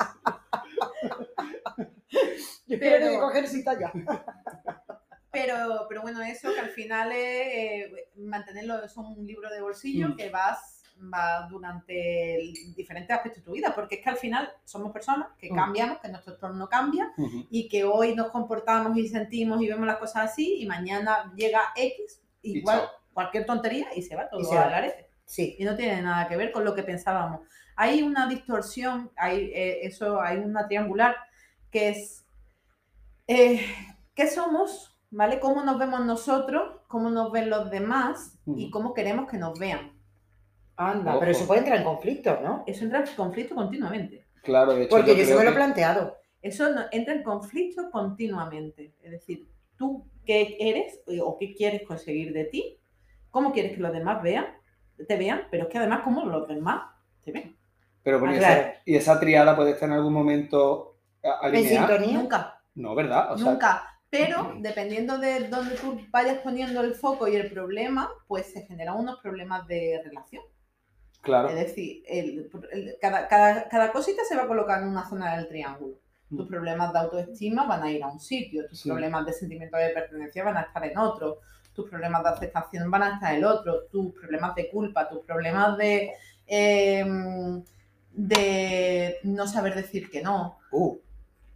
Speaker 3: Yo
Speaker 4: Pero-
Speaker 3: creo que coger cita ya.
Speaker 4: Pero, pero bueno, eso que al final es eh, mantenerlo, es un libro de bolsillo
Speaker 2: Mm.
Speaker 4: que vas, va durante el- diferentes aspectos de tu vida, porque es que al final somos personas que
Speaker 2: Mm.
Speaker 4: cambiamos, que nuestro entorno cambia
Speaker 2: Ujú.
Speaker 4: y que hoy nos comportamos y sentimos y vemos las cosas así y mañana llega X,
Speaker 2: Y
Speaker 4: igual
Speaker 2: chao.
Speaker 4: cualquier tontería y se va todo
Speaker 3: Y se
Speaker 4: al
Speaker 3: va.
Speaker 4: garete
Speaker 3: Sí,
Speaker 4: y no tiene nada que ver con lo que pensábamos. Hay una distorsión, hay eh, eso, hay una triangular que es eh, qué somos, ¿vale? Cómo nos vemos nosotros, cómo nos ven los demás y
Speaker 3: Mm.
Speaker 2: Ujú.
Speaker 4: cómo queremos que nos vean.
Speaker 3: anda,
Speaker 2: Ojo.
Speaker 3: pero eso puede entrar en conflicto, ¿no?
Speaker 4: Eso entra en conflicto continuamente.
Speaker 2: Claro, de hecho.
Speaker 3: Porque yo sí
Speaker 2: creo
Speaker 3: me lo he
Speaker 2: que-
Speaker 3: planteado.
Speaker 4: Eso no- entra en conflicto continuamente. Es decir, tú qué eres eh, o qué quieres conseguir de ti, cómo quieres que los demás vean, te vean, pero es que además cómo los demás te ven.
Speaker 2: Pero bueno,
Speaker 3: Ah,
Speaker 2: y esa-
Speaker 3: claro.
Speaker 2: y esa triada puede estar en algún momento a-
Speaker 3: ¿En
Speaker 2: alineada.
Speaker 3: sintonía?
Speaker 4: Nunca.
Speaker 2: No, ¿verdad? O sea,
Speaker 4: Nunca. Pero dependiendo de dónde tú vayas poniendo el foco y el problema, pues se generan unos problemas de relación.
Speaker 2: claro.
Speaker 4: Es decir, el- el- cada, cada- cada cosita se va a colocar en una zona del triángulo. Tus
Speaker 2: Mm.
Speaker 4: problemas de autoestima van a ir a un sitio, tus
Speaker 2: Sí.
Speaker 4: problemas de sentimiento de pertenencia van a estar en otro, tus problemas de aceptación van a estar en el otro, tus problemas de culpa, tus problemas de, em, de no saber decir que no,
Speaker 2: Uh,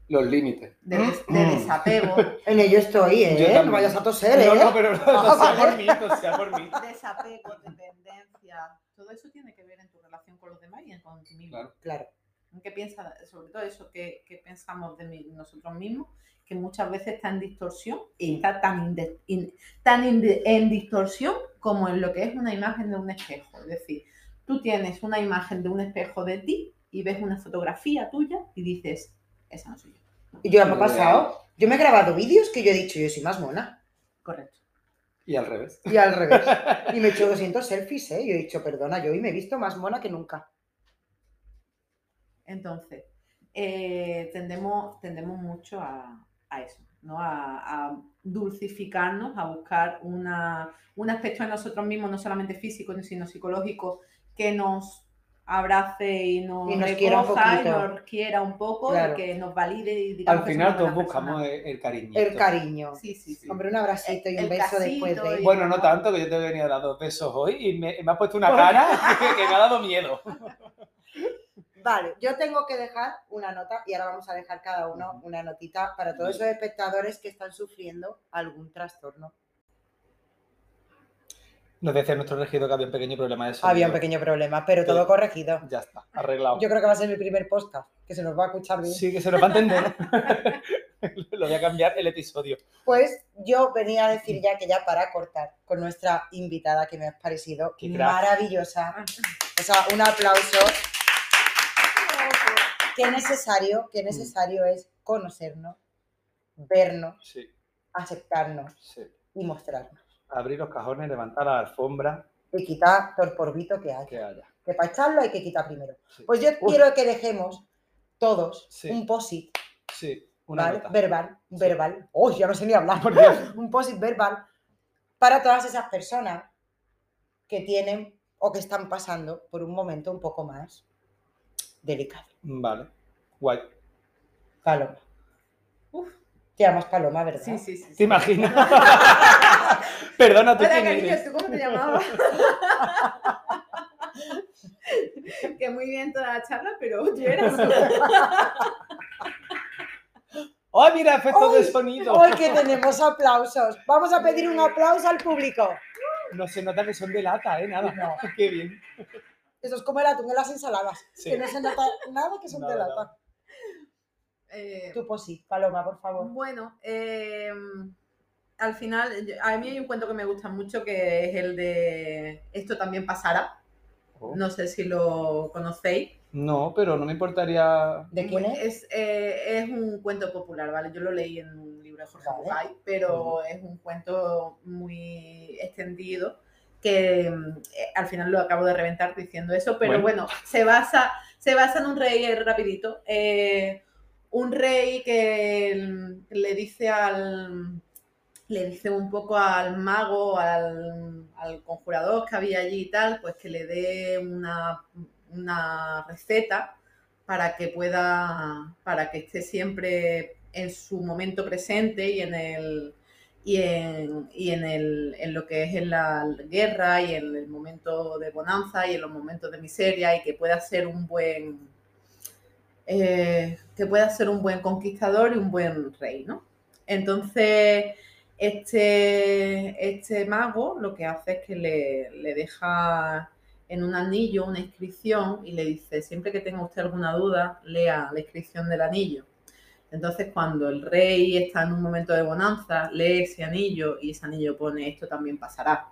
Speaker 2: los límites.
Speaker 4: de, des- de desapego.
Speaker 3: En ello estoy,
Speaker 2: Yo
Speaker 3: ¿eh?
Speaker 2: también.
Speaker 3: No vayas a toser, ¿eh?
Speaker 2: No, no, pero no, no sea
Speaker 3: vale.
Speaker 2: por mí, no sea por mí.
Speaker 4: desapego, dependencia, todo eso tiene que ver en tu relación con los demás y en con ti mismo.
Speaker 2: Claro.
Speaker 3: Claro.
Speaker 4: ¿En ¿Qué piensa, sobre todo eso que, que pensamos de mi- nosotros mismos, que muchas veces está en distorsión y está tan, in de- in- tan in de- en distorsión como en lo que es una imagen de un espejo? Es decir, tú tienes una imagen de un espejo de ti y ves una fotografía tuya y dices, esa no soy yo.
Speaker 3: Y yo ya me ha
Speaker 2: Muy
Speaker 3: pasado. Yo me he grabado vídeos que yo he dicho, yo soy más mona.
Speaker 4: Correcto.
Speaker 2: Y al revés.
Speaker 3: Y al revés. Y me he hecho 200 selfies, ¿eh? Yo he dicho, perdona, yo hoy me he visto más mona que nunca.
Speaker 4: Entonces, eh, tendemos, tendemos mucho a, a eso, ¿no? A, a dulcificarnos, a buscar una, un aspecto de nosotros mismos, no solamente físico, sino psicológico, que nos abrace y nos,
Speaker 3: Y nos quiera un
Speaker 4: recoja y
Speaker 3: poquito.
Speaker 4: nos quiera un poco
Speaker 3: Claro.
Speaker 4: y que nos valide y digamos
Speaker 2: Al
Speaker 4: que
Speaker 2: final
Speaker 4: somos
Speaker 2: todos
Speaker 4: buena
Speaker 2: buscamos
Speaker 4: persona.
Speaker 2: el, el cariñito.
Speaker 3: El cariño.
Speaker 4: Sí, sí, sí.
Speaker 2: Sí.
Speaker 3: Hombre, un abracito y
Speaker 4: El-
Speaker 3: un
Speaker 4: el
Speaker 3: beso después
Speaker 4: casito
Speaker 3: de...
Speaker 4: y-
Speaker 2: Bueno, no tanto, que yo te he venido a dar dos besos hoy y me, me has puesto una cara que, que me ha dado miedo.
Speaker 3: Vale, yo tengo que dejar una nota y ahora vamos a dejar cada uno
Speaker 2: Ujú.
Speaker 3: una notita para todos esos espectadores que están sufriendo algún trastorno.
Speaker 2: Nos decía nuestro regidor que había un pequeño problema de eso.
Speaker 3: Había un pequeño problema, pero todo
Speaker 2: todo
Speaker 3: corregido.
Speaker 2: Ya está, arreglado.
Speaker 3: Yo creo que va a ser mi primer podcast, que se nos va a escuchar bien.
Speaker 2: Sí, que se nos va a entender. Lo voy a cambiar el episodio.
Speaker 3: Pues yo venía a decir ya que ya para cortar con nuestra invitada que me ha parecido
Speaker 2: Qué crack.
Speaker 3: maravillosa. O sea, un aplauso. Qué necesario,
Speaker 2: Mm.
Speaker 3: qué necesario es conocernos, vernos,
Speaker 2: Sí,
Speaker 3: aceptarnos
Speaker 2: sí.
Speaker 3: y mostrarnos.
Speaker 2: Abrir los cajones, levantar la alfombra,
Speaker 3: Y quitar todo el porvito que hay.
Speaker 2: que haya.
Speaker 3: Que para echarlo hay que quitar primero.
Speaker 2: Sí.
Speaker 3: Pues yo
Speaker 2: Uy.
Speaker 3: quiero que dejemos todos
Speaker 2: Sí.
Speaker 3: un posit
Speaker 2: Sí, una
Speaker 3: ¿vale?
Speaker 2: nota.
Speaker 3: verbal, un verbal. ¡Oh, ya no sé ni hablar!
Speaker 2: Por Dios.
Speaker 3: un post verbal para todas esas personas que tienen o que están pasando por un momento un poco más delicado.
Speaker 2: Vale. Guay.
Speaker 3: Paloma.
Speaker 4: Uf.
Speaker 3: Te llamas Paloma, ¿verdad?
Speaker 4: Sí, sí, sí.
Speaker 2: ¿Te
Speaker 4: sí.
Speaker 2: imaginas? Perdona, ¿tú
Speaker 4: Hola,
Speaker 2: quién
Speaker 4: cariño,
Speaker 2: eres?
Speaker 4: ¿tú cómo te llamabas? que muy bien toda la charla, pero yo era
Speaker 2: ¡Oh, mira, efectos
Speaker 3: ¡Ay!
Speaker 2: de sonido!
Speaker 3: Hoy que tenemos aplausos. Vamos a pedir un aplauso al público.
Speaker 2: No se nota que son de lata, ¿eh? Nada. Qué bien.
Speaker 3: Eso es como el atún en las ensaladas.
Speaker 2: Sí.
Speaker 3: Que no se nota nada que son de
Speaker 2: Nada,
Speaker 3: lata.
Speaker 4: Eh,
Speaker 3: Tu posit, Paloma, por favor.
Speaker 4: bueno, em, eh, al final, yo- a mí hay un cuento que me gusta mucho que es el de Esto también pasará.
Speaker 2: Oh.
Speaker 4: No sé si lo conocéis.
Speaker 2: No, pero no me importaría.
Speaker 4: Mm,
Speaker 3: ¿De quién es?
Speaker 4: Es, eh, es un cuento popular, ¿vale? Yo lo leí en un libro de Jorge
Speaker 3: Vale.
Speaker 4: Bucay, pero es un cuento muy extendido que mm, eh, al final lo acabo de reventar diciendo eso, pero bueno,
Speaker 2: Bueno.
Speaker 4: se, basa, se basa en un rey eh, rapidito. eh, un rey que mm, le dice al le dice un poco al mago, al, al conjurador que había allí y tal, pues que le dé una, una receta para que pueda, para que esté siempre en su momento presente y en el y en, y en, el, en lo que es en la guerra y en el momento de bonanza y en los momentos de miseria y que pueda ser un buen eh, que pueda ser un buen conquistador y un buen rey, ¿no? Entonces este, este mago lo que hace es que le, le deja en un anillo una inscripción y le dice, siempre que tenga usted alguna duda, lea la inscripción del anillo. Entonces, cuando el rey está en un momento de bonanza, lee ese anillo y ese anillo pone, esto también pasará.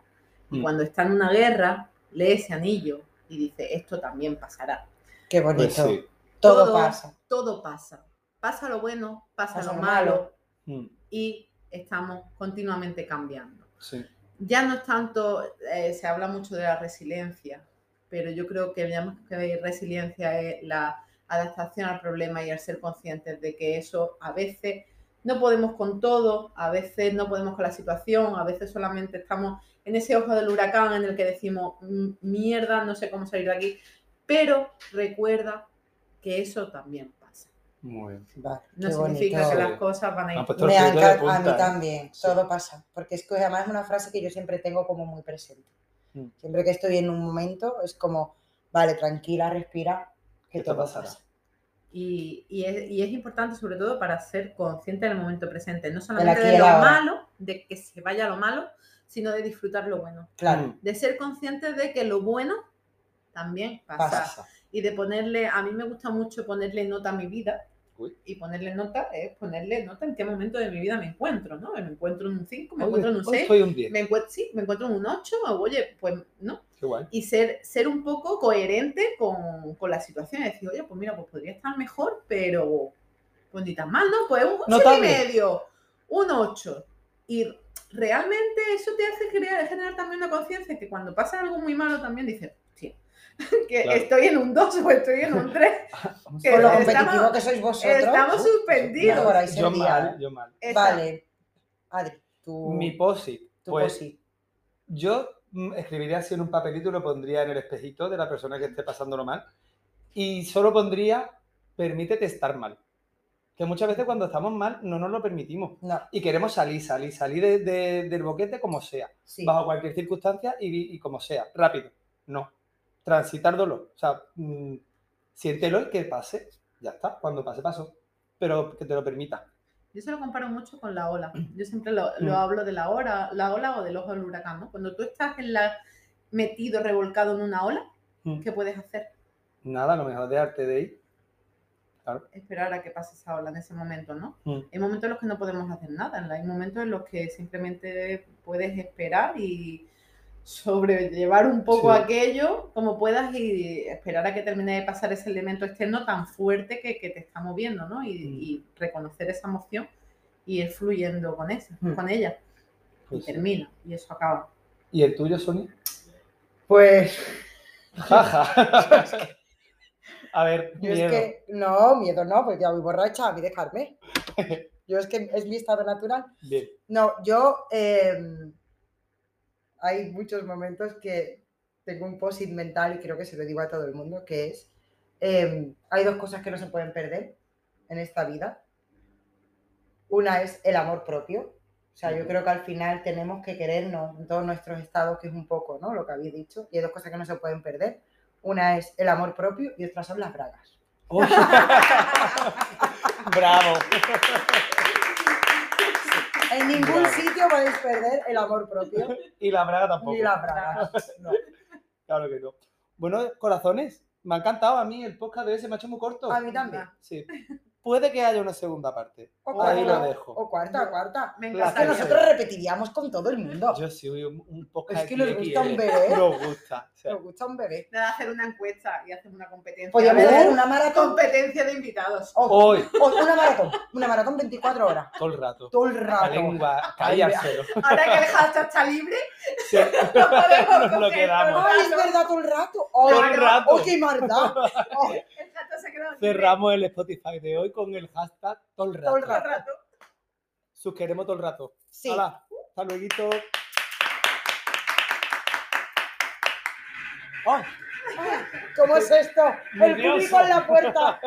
Speaker 4: Y
Speaker 2: Mm.
Speaker 4: cuando está en una guerra, lee ese anillo y dice, esto también pasará
Speaker 3: Qué
Speaker 2: Pues
Speaker 3: bonito.
Speaker 2: sí.
Speaker 3: Todo,
Speaker 4: Todo.
Speaker 3: pasa.
Speaker 4: todo pasa. Pasa lo bueno, pasa,
Speaker 3: Pasa
Speaker 4: lo
Speaker 3: lo
Speaker 4: malo,
Speaker 3: malo.
Speaker 2: Mm,
Speaker 4: y estamos continuamente cambiando.
Speaker 2: sí.
Speaker 4: Ya no es tanto, eh, se habla mucho de la resiliencia, pero yo creo que ya más que resiliencia es la adaptación al problema y al ser conscientes de que eso a veces no podemos con todo, a veces no podemos con la situación, a veces solamente estamos en ese ojo del huracán en el que decimos, "Mm, mierda, no sé cómo salir de aquí, pero recuerda que eso también pasa.
Speaker 2: Muy bien.
Speaker 3: Vale,
Speaker 4: No
Speaker 3: qué
Speaker 4: significa
Speaker 3: bonito.
Speaker 4: que las cosas van a ir.
Speaker 2: Ah, pues
Speaker 3: Me
Speaker 2: Torcida de
Speaker 3: encanta, a
Speaker 2: punta,
Speaker 3: mí
Speaker 2: ¿eh?
Speaker 3: también,
Speaker 2: Sí.
Speaker 3: todo pasa, porque es que además es una frase que yo siempre tengo como muy presente.
Speaker 2: Mm.
Speaker 3: Siempre que estoy en un momento es como, vale, tranquila, respira, que
Speaker 2: Esto
Speaker 3: todo
Speaker 2: pasará.
Speaker 3: pasa.
Speaker 4: Y, y es, y es importante sobre todo para ser consciente del momento presente, no solamente
Speaker 3: aquí
Speaker 4: de
Speaker 3: y el
Speaker 4: lo
Speaker 3: ahora.
Speaker 4: malo, de que se vaya lo malo, sino de disfrutar lo bueno,
Speaker 3: Claro,
Speaker 2: Mm,
Speaker 4: de ser consciente de que lo bueno también pasa
Speaker 2: pasa.
Speaker 4: y de ponerle, a mí me gusta mucho ponerle nota a mi vida
Speaker 2: Uy.
Speaker 4: y ponerle nota es ponerle nota en qué momento de mi vida me encuentro, ¿no? Me encuentro en un 5, me
Speaker 2: Hoy-
Speaker 4: encuentro en un
Speaker 2: hoy
Speaker 4: 6,
Speaker 2: Soy un 10.
Speaker 4: me encuentro, sí, me encuentro en un 8, oye, pues no,
Speaker 2: Qué guay.
Speaker 4: y ser, ser un poco coherente con, con la situación. Es decir, oye, pues mira, pues podría estar mejor, pero pues ni tan mal, ¿no? Pues un
Speaker 2: No
Speaker 4: 8 y
Speaker 2: tan bien.
Speaker 4: medio, un 8. Y realmente eso te hace crear- generar también una conciencia que cuando pasa algo muy malo también dices, hostia, que
Speaker 2: Claro.
Speaker 4: estoy en un 2 o estoy en un 3.
Speaker 2: Vamos
Speaker 4: que
Speaker 2: a
Speaker 3: con lo
Speaker 2: ver.
Speaker 4: estamos-
Speaker 3: competitivo que sois vosotros,
Speaker 4: Estamos
Speaker 2: Uh,
Speaker 4: suspendidos.
Speaker 3: por ahí se
Speaker 2: Yo
Speaker 3: lía,
Speaker 2: mal,
Speaker 3: ¿eh?
Speaker 2: yo mal.
Speaker 4: Esa-
Speaker 3: vale. Adri, tú,
Speaker 2: Mi posi.
Speaker 3: tú
Speaker 2: Pues
Speaker 3: posi.
Speaker 2: Yo mm, escribiría así en un papelito y lo pondría en el espejito de la persona que esté pasándolo mal. Y solo pondría, permítete estar mal. Que muchas veces cuando estamos mal no nos lo permitimos.
Speaker 3: No,
Speaker 2: Y queremos salir, salir, salir de- de- del boquete como sea,
Speaker 3: sí,
Speaker 2: bajo cualquier circunstancia y, y como sea, rápido. No. Transitar dolor. O sea, mm, siéntelo y que pase. Ya está. Cuando pase, pasó. Pero que te lo permita.
Speaker 4: Yo se lo comparo mucho con la ola. Yo siempre lo, lo
Speaker 2: Mm.
Speaker 4: hablo de la ola, la ola o del ojo del huracán, ¿no? Cuando tú estás en la, metido, revolcado en una ola,
Speaker 2: Mm.
Speaker 4: ¿qué puedes hacer?
Speaker 2: Nada, a lo mejor de arte de ahí.
Speaker 4: esperar a que pase esa ola en ese momento, ¿no?
Speaker 2: Mm.
Speaker 4: Hay momentos en los que no podemos hacer nada, ¿no? hay momentos en los que simplemente puedes esperar y sobrellevar un poco
Speaker 2: Sí.
Speaker 4: aquello como puedas y esperar a que termine de pasar ese elemento externo tan fuerte que, que te está moviendo, ¿no? Y,
Speaker 2: Mm.
Speaker 4: y reconocer esa emoción y ir fluyendo con, esa,
Speaker 3: Mm.
Speaker 4: con ella.
Speaker 2: Pues
Speaker 4: y
Speaker 2: sí.
Speaker 4: termina, y eso acaba.
Speaker 2: ¿Y el tuyo, Sonia?
Speaker 3: Pues
Speaker 2: Jaja. A ver,
Speaker 3: yo
Speaker 2: miedo.
Speaker 3: es que, no, miedo no, porque ya voy borracha, a mí dejarme. Yo es que es mi estado natural.
Speaker 2: Bien.
Speaker 3: No, yo eh, hay muchos momentos que tengo un posit mental y creo que se lo digo a todo el mundo, que es, eh, hay dos cosas que no se pueden perder en esta vida. Una es el amor propio. O sea, yo
Speaker 2: Ujú.
Speaker 3: creo que al final tenemos que querernos en todos nuestros estados, que es un poco ¿no? lo que habéis dicho. Y hay dos cosas que no se pueden perder. Una es el amor propio y otra son las bragas.
Speaker 2: Uy. Bravo.
Speaker 3: En ningún
Speaker 2: Bravo.
Speaker 3: sitio podéis perder el amor propio
Speaker 2: Y la braga tampoco.
Speaker 3: ni las bragas. No.
Speaker 2: Claro que no. Bueno, corazones, me ha encantado a mí el podcast de hoy, se me ha hecho muy corto.
Speaker 3: A mí también.
Speaker 2: Sí. puede que haya una segunda parte.
Speaker 3: O
Speaker 2: Ahí
Speaker 3: cuarta,
Speaker 2: la dejo.
Speaker 3: o cuarta, o cuarta.
Speaker 4: Me
Speaker 2: Las
Speaker 3: Es que
Speaker 4: encantaría.
Speaker 3: nosotros repetiríamos con todo el mundo.
Speaker 2: Yo sí, un, un podcast
Speaker 3: Es que nos
Speaker 2: de
Speaker 3: gusta un
Speaker 2: XXL.
Speaker 3: bebé. ¿eh?
Speaker 2: Nos gusta. o sea,
Speaker 3: Nos gusta un bebé.
Speaker 4: Nada, hacer una encuesta y hacemos una competencia.
Speaker 3: Podríamos
Speaker 4: Hacer
Speaker 3: hacer
Speaker 4: una
Speaker 3: una maratón.
Speaker 4: competencia de invitados.
Speaker 3: o-
Speaker 2: hoy,
Speaker 3: o una maratón. Una maratón 24 horas.
Speaker 2: todo el rato.
Speaker 3: Todo el
Speaker 2: La
Speaker 3: rato.
Speaker 2: lengua, callárselo.
Speaker 4: Ahora que el hashtag está libre,
Speaker 2: Sí.
Speaker 4: no podemos
Speaker 2: Nos lo
Speaker 4: coger
Speaker 2: quedamos.
Speaker 4: todo el
Speaker 3: Ay, es
Speaker 4: rato.
Speaker 3: verdad, todo el rato.
Speaker 2: Todo
Speaker 3: Ay,
Speaker 2: el rato.
Speaker 3: oh, qué maldad. Oh,
Speaker 4: El hashtag se ha quedado libre
Speaker 2: Cerramos el Spotify de hoy con el hashtag todo el rato.
Speaker 3: Todo el
Speaker 4: todo el rato.
Speaker 2: Susqueremos todo el rato.
Speaker 3: sí.
Speaker 2: Hala, hasta luego.
Speaker 3: ¿Cómo es esto? El
Speaker 2: Nervioso.
Speaker 3: público en la puerta.